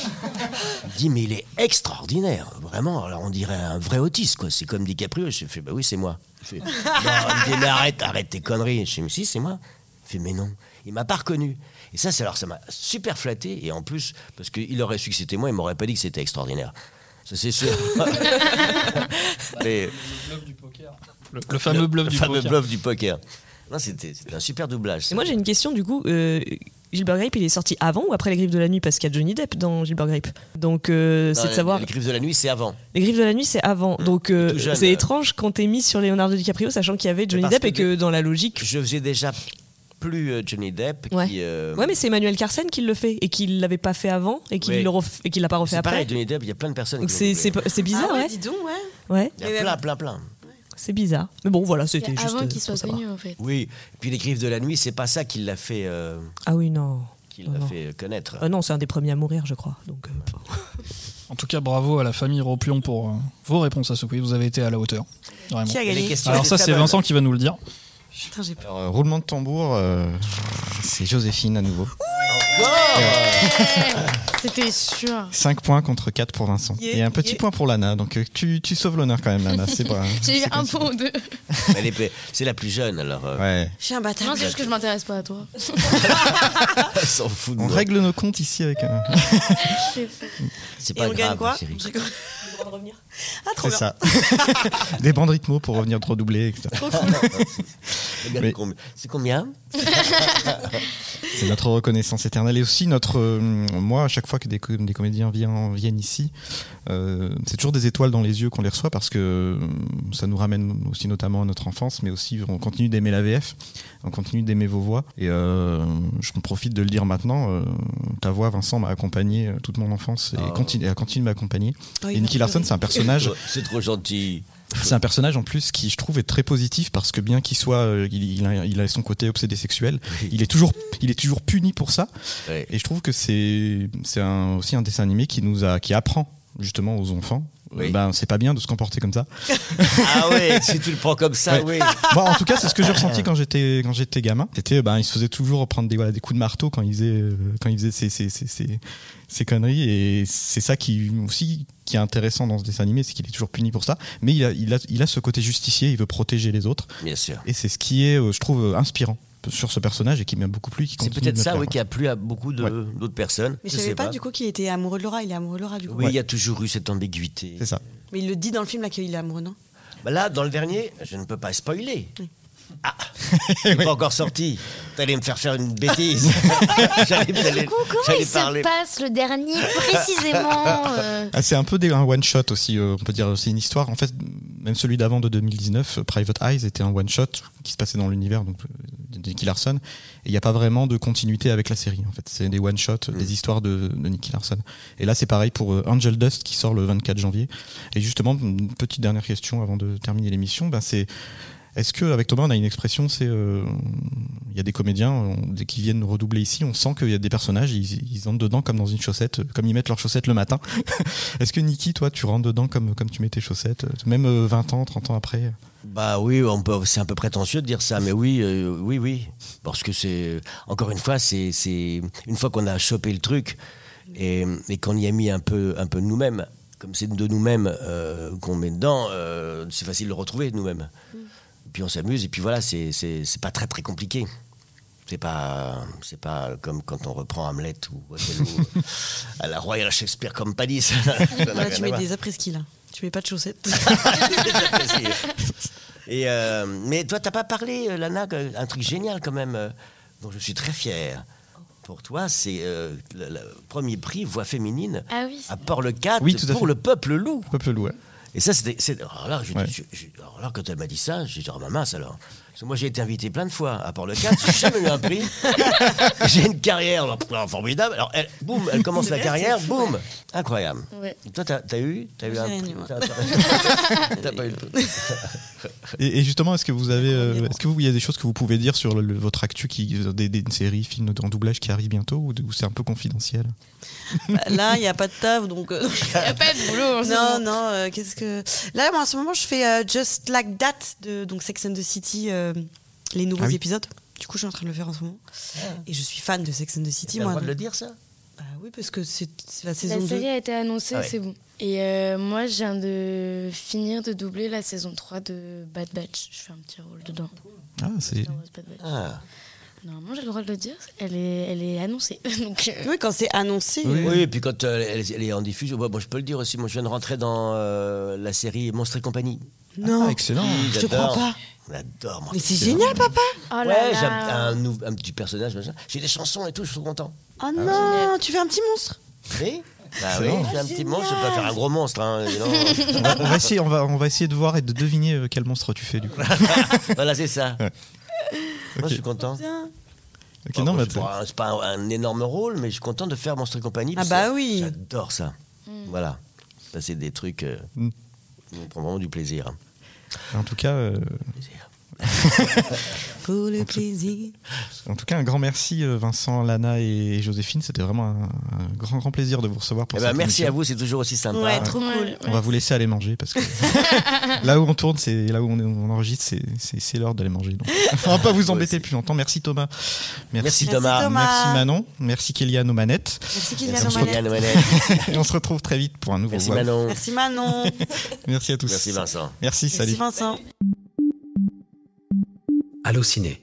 Il me dit Mais il est extraordinaire, vraiment. Alors, on dirait un vrai autiste, quoi. C'est comme DiCaprio. Je fais Bah oui, c'est moi. Il fait, non, il me dit, mais arrête, arrête tes conneries. Je dis, mais si, c'est moi. Il fait, mais non. Il m'a pas reconnu. Et ça, c'est alors, ça m'a super flatté. Et en plus, parce qu'il aurait su que c'était moi, il m'aurait pas dit que c'était extraordinaire. Ça, c'est sûr. Mais-
Le, le fameux bluff
le
du
fameux
poker.
bluff du poker. Non, c'était c'était un super doublage.
Et moi, j'ai une question du coup. euh, Gilbert Grape, il est sorti avant ou après Les Griffes de la Nuit Parce qu'il y a Johnny Depp dans Gilbert Grape. Donc, euh,
Non,
c'est de
les-
savoir.
Les griffes de la nuit, c'est avant.
Les Griffes de la Nuit, c'est avant. Donc, euh,
tout jeune,
c'est
euh.
étrange quand t'es mis sur Leonardo DiCaprio, sachant qu'il y avait Johnny
parce
Depp
que
et que dans la logique.
Je faisais déjà plus euh, Johnny Depp
Ouais.
qui. euh,
Ouais, mais c'est Emmanuel Carsen qui le fait et qui l'avait pas fait avant et qui
Oui.
le ref- et qui l'a pas refait
C'est
après.
pareil, Johnny Depp, il y a plein de personnes.
Donc,
qui
c'est-
l'ont
c'est
doublé.
pas- c'est bizarre,
Ah ouais,
ouais.
dis donc, ouais.
Ouais,
Il y a plein, plein, plein.
c'est bizarre. Mais bon, voilà,
C'est
c'était juste.
avant
euh,
qu'il
c'est
soit
pour savoir.
connu en fait.
Oui, et puis les griffes de la nuit, c'est pas ça qui l'a fait, euh,
hein.
Ah oui, non.
qui
Non,
l'a
non.
fait euh, connaître.
Ah non, c'est un des premiers à mourir, je crois. Donc, euh,
En tout cas, bravo à la famille Ropion pour euh, vos réponses à ce quiz. Vous avez été à la hauteur. Vraiment.
Qui a gagné Les questions
Alors
étaient
ça,
très
c'est
bonnes.
Vincent qui va nous le dire.
Putain, j'ai peur.
Alors, euh, roulement de tambour, euh, c'est Joséphine à nouveau.
C'était sûr.
5 points contre 4 pour Vincent.
Yeah,
et un petit
yeah.
point pour Lana. Donc euh, tu, tu sauves l'honneur quand même, Lana. C'est pas.
J'ai eu un point ou deux.
Elle est- C'est la plus jeune, alors. euh,
Ouais.
Je suis un bâtard.
Non, c'est juste que je m'intéresse pas à toi.
elle s'en fout de
On
moi.
règle nos comptes ici avec. euh,
Ah,
C'est
Et
pas
on gagne
grave,
quoi
chérie.
Je rigole. Ah, trop bien.
C'est ça. Des bandes rythmo pour revenir trop doublé, etc.
Trop cool.
Eh bien,
Mais-
combi- C'est combien
C'est notre reconnaissance éternelle et aussi notre. euh, moi, à chaque fois que des, com- des comédiens viennent, viennent ici, euh, c'est toujours des étoiles dans les yeux qu'on les reçoit parce que euh, ça nous ramène aussi notamment à notre enfance, mais aussi on continue d'aimer la VF, on continue d'aimer vos voix. Et euh, je profite de le dire maintenant, euh, ta voix, Vincent, m'a accompagné euh, toute mon enfance et
Oh.
continue, elle continue de m'accompagner.
Oh, il
et
va
Nicky Larson,
pleurer.
c'est un personnage
C'est trop gentil.
c'est un personnage en plus qui, je trouve, est très positif parce que bien qu'il soit, euh, il, il a, il a son côté obsédé sexuel, il est toujours, il est toujours puni pour ça.
Ouais.
Et je trouve que c'est, c'est un- aussi un dessin animé qui nous a, qui apprend justement aux enfants.
Oui.
euh, Ben, c'est pas bien de se comporter comme ça.
Ah ouais, si tu le prends comme ça,
Ouais.
oui.
Moi, en tout cas, c'est ce que j'ai ressenti quand j'étais quand j'étais gamin. C'était, ben, il se faisait toujours prendre des voilà, des coups de marteau quand il faisait euh, quand il faisait ses, ses, ses, ses- ses conneries et c'est ça qui aussi qui est intéressant dans ce dessin animé, c'est qu'il est toujours puni pour ça. Mais il a il a il a ce côté justicier, il veut protéger les autres
Bien sûr.
et c'est ce qui est, euh, je trouve, euh, inspirant sur ce personnage et qui m'a beaucoup plu. et qui
C'est
continue
peut-être
de me
ça,
plaire.
oui, qui a plu à beaucoup de- d'autres personnes.
Mais je
Je sais
savais pas, du coup qu'il était amoureux de Laura. Il est amoureux de Laura du coup.
Oui, il y a toujours eu cette ambiguïté.
C'est ça.
Mais il le dit dans le film là qu'il est amoureux, non
Bah Là, dans le dernier, je ne peux pas spoiler. Ah, il n'est pas encore sorti. T'allais me faire faire une bêtise. J'allais- j'allais-
Comment
j'allais
il se
parler.
passe le dernier précisément euh,
Ah, c'est un peu des, un one shot aussi, euh, on peut dire. C'est une histoire. En fait, même celui d'avant de 2019, euh, Private Eyes était un one shot qui se passait dans l'univers donc euh, de Nicky Larson. Et il n'y a pas vraiment de continuité avec la série. En fait, c'est des one shot, des histoires de, de Nicky Larson. Et là, c'est pareil pour euh, Angel Dust qui sort le 24 janvier. Et justement, une petite dernière question avant de terminer l'émission, ben c'est est-ce que avec Thomas on a une expression c'est euh, il y a des comédiens on- dès qu'ils viennent nous redoubler ici on sent qu'il y a des personnages ils, ils entrent dedans comme dans une chaussette euh, comme ils mettent leurs chaussettes le matin est-ce que Niki toi tu rentres dedans comme, comme tu mets tes chaussettes euh, même euh, 20 ans 30 ans après euh,
Bah oui, on peut- c'est un peu prétentieux de dire ça, mais oui, euh, oui, oui. Parce que c'est. Encore une fois, c'est. c'est- Une fois qu'on a chopé le truc et, et qu'on y a mis un peu, un peu de nous-mêmes, comme c'est de nous-mêmes euh, qu'on met dedans, euh, c'est
Mm.
facile de le retrouver de nous-mêmes. Puis on s'amuse, et puis voilà, c'est c'est- c'est pas très très compliqué. C'est C'est pas, c'est pas comme quand on reprend Hamlet ou Othello à la Royal Shakespeare Company. ça n'a- ça n'a
Là,
rien à
tu mets
voir.
des après-ski, là. Tu mets pas de chaussettes.
Et euh, mais toi, t'as pas parlé, euh, Lana, que- un truc génial quand même, euh, dont je suis très fier. Pour toi, c'est euh, le, le premier prix Voix féminine
Ah oui,
à Port-le-Cat pour le peuple loup.
Peuple loup, ouais.
Et ça, c'était. c'est- Alors là, j'ai-
Ouais.
j'ai- j'ai- alors là, quand elle m'a dit ça, j'ai dit, oh, ma mince alors. Parce que moi, j'ai été invité plein de fois à Port-le-Cat, j'ai jamais eu un prix. j'ai une carrière alors, alors, formidable. Alors, elle, boum, elle commence la
C'est
carrière,
fou.
boum, incroyable.
Ouais.
Et Toi, t'as t'as eu, t'as eu
J'ai
un
rien
prix.
eu, moi.
T'as- t'as- T'as pas eu le prix.
Et, et justement, est-ce que vous avez, euh, est-ce que vous, il y a des choses que vous pouvez dire sur le- le- votre actu, qui, des, des séries, films en doublage qui arrivent bientôt, ou, ou c'est un peu confidentiel
Bah, là, il n'y a pas de taf, donc. Il n'y
a pas de boulot. hein,
non, non, euh, qu'est-ce que. Là, moi, en ce moment, je fais euh, Just Like That, de, donc Sex and the City, euh, les nouveaux
Ah oui.
épisodes. Du coup, je suis en train de le faire en ce moment.
Ah.
Et je suis fan de Sex and the City,
T'as le
moi.
droit de
donc.
le dire, ça
Bah oui, parce que c'est c'est la saison
La
2.
série a été annoncée,
Ah ouais.
c'est bon. Et euh, moi, je viens de finir de doubler la saison 3 de Bad Batch. Je fais un petit rôle dedans.
Ah, c'est.
Star Wars Bad Batch.
Ah.
Normalement, j'ai le droit de le dire. Elle est, elle est annoncée. Donc, euh,
Oui, quand c'est annoncé.
Oui,
euh,
oui, et puis quand euh, elle, elle est en diffusion, bon, moi, je peux le dire aussi, moi je viens de rentrer dans euh, la série Monstres et compagnie.
Non.
Ah, excellent.
Je te crois pas.
J'adore, moi.
Mais c'est génial, papa
Oh là
ouais,
là.
j'ai un, un nou- un petit personnage, machin. J'ai des chansons et tout, je suis content.
Oh non, tu fais un petit monstre.
Oui Bah oui,
Excellent.
j'ai un petit
Ah, Génial.
monstre, je peux pas faire un gros monstre. Hein, sinon-
on, va- on va essayer, on, va, on va essayer de voir et de deviner euh, quel monstre tu fais du coup.
voilà, c'est ça.
Ouais.
Moi,
Ok.
je suis content.
Ok,
Bon,
non, mais
c'est pas, un- c'est pas un, un énorme rôle, mais je suis content de faire Monstres et compagnie.
Ah
parce
bah
que
oui. Hmm.
J'adore ça.
Mm.
Voilà. Ça, c'est des trucs. euh,
Mm.
On prend vraiment du plaisir. hein.
en tout cas, euh,
Pour le plaisir.
en tout cas, un grand merci euh, Vincent, Lana et Joséphine. C'était vraiment un, un grand grand plaisir de vous recevoir pour
Eh ben,
cette
merci
émission.
à vous, c'est toujours aussi sympa.
Ouais, trop cool.
On va vous laisser aller manger parce que là où on tourne, c'est là où on, on enregistre, c'est- c'est c'est l'heure d'aller manger. Donc. on va pas vous embêter plus longtemps. Merci Thomas.
Merci, Thomas. Thomas.
Merci Manon. Merci Kéliane aux manettes.
Merci
Et
Kylian
on se
Jormanet.
Yann Ouellet.
Et on se retrouve très vite pour un nouveau.
Merci
Wow.
Manon.
Merci Manon.
Merci à tous.
Merci Vincent.
Merci. Salut.
Merci Vincent.
Allociné.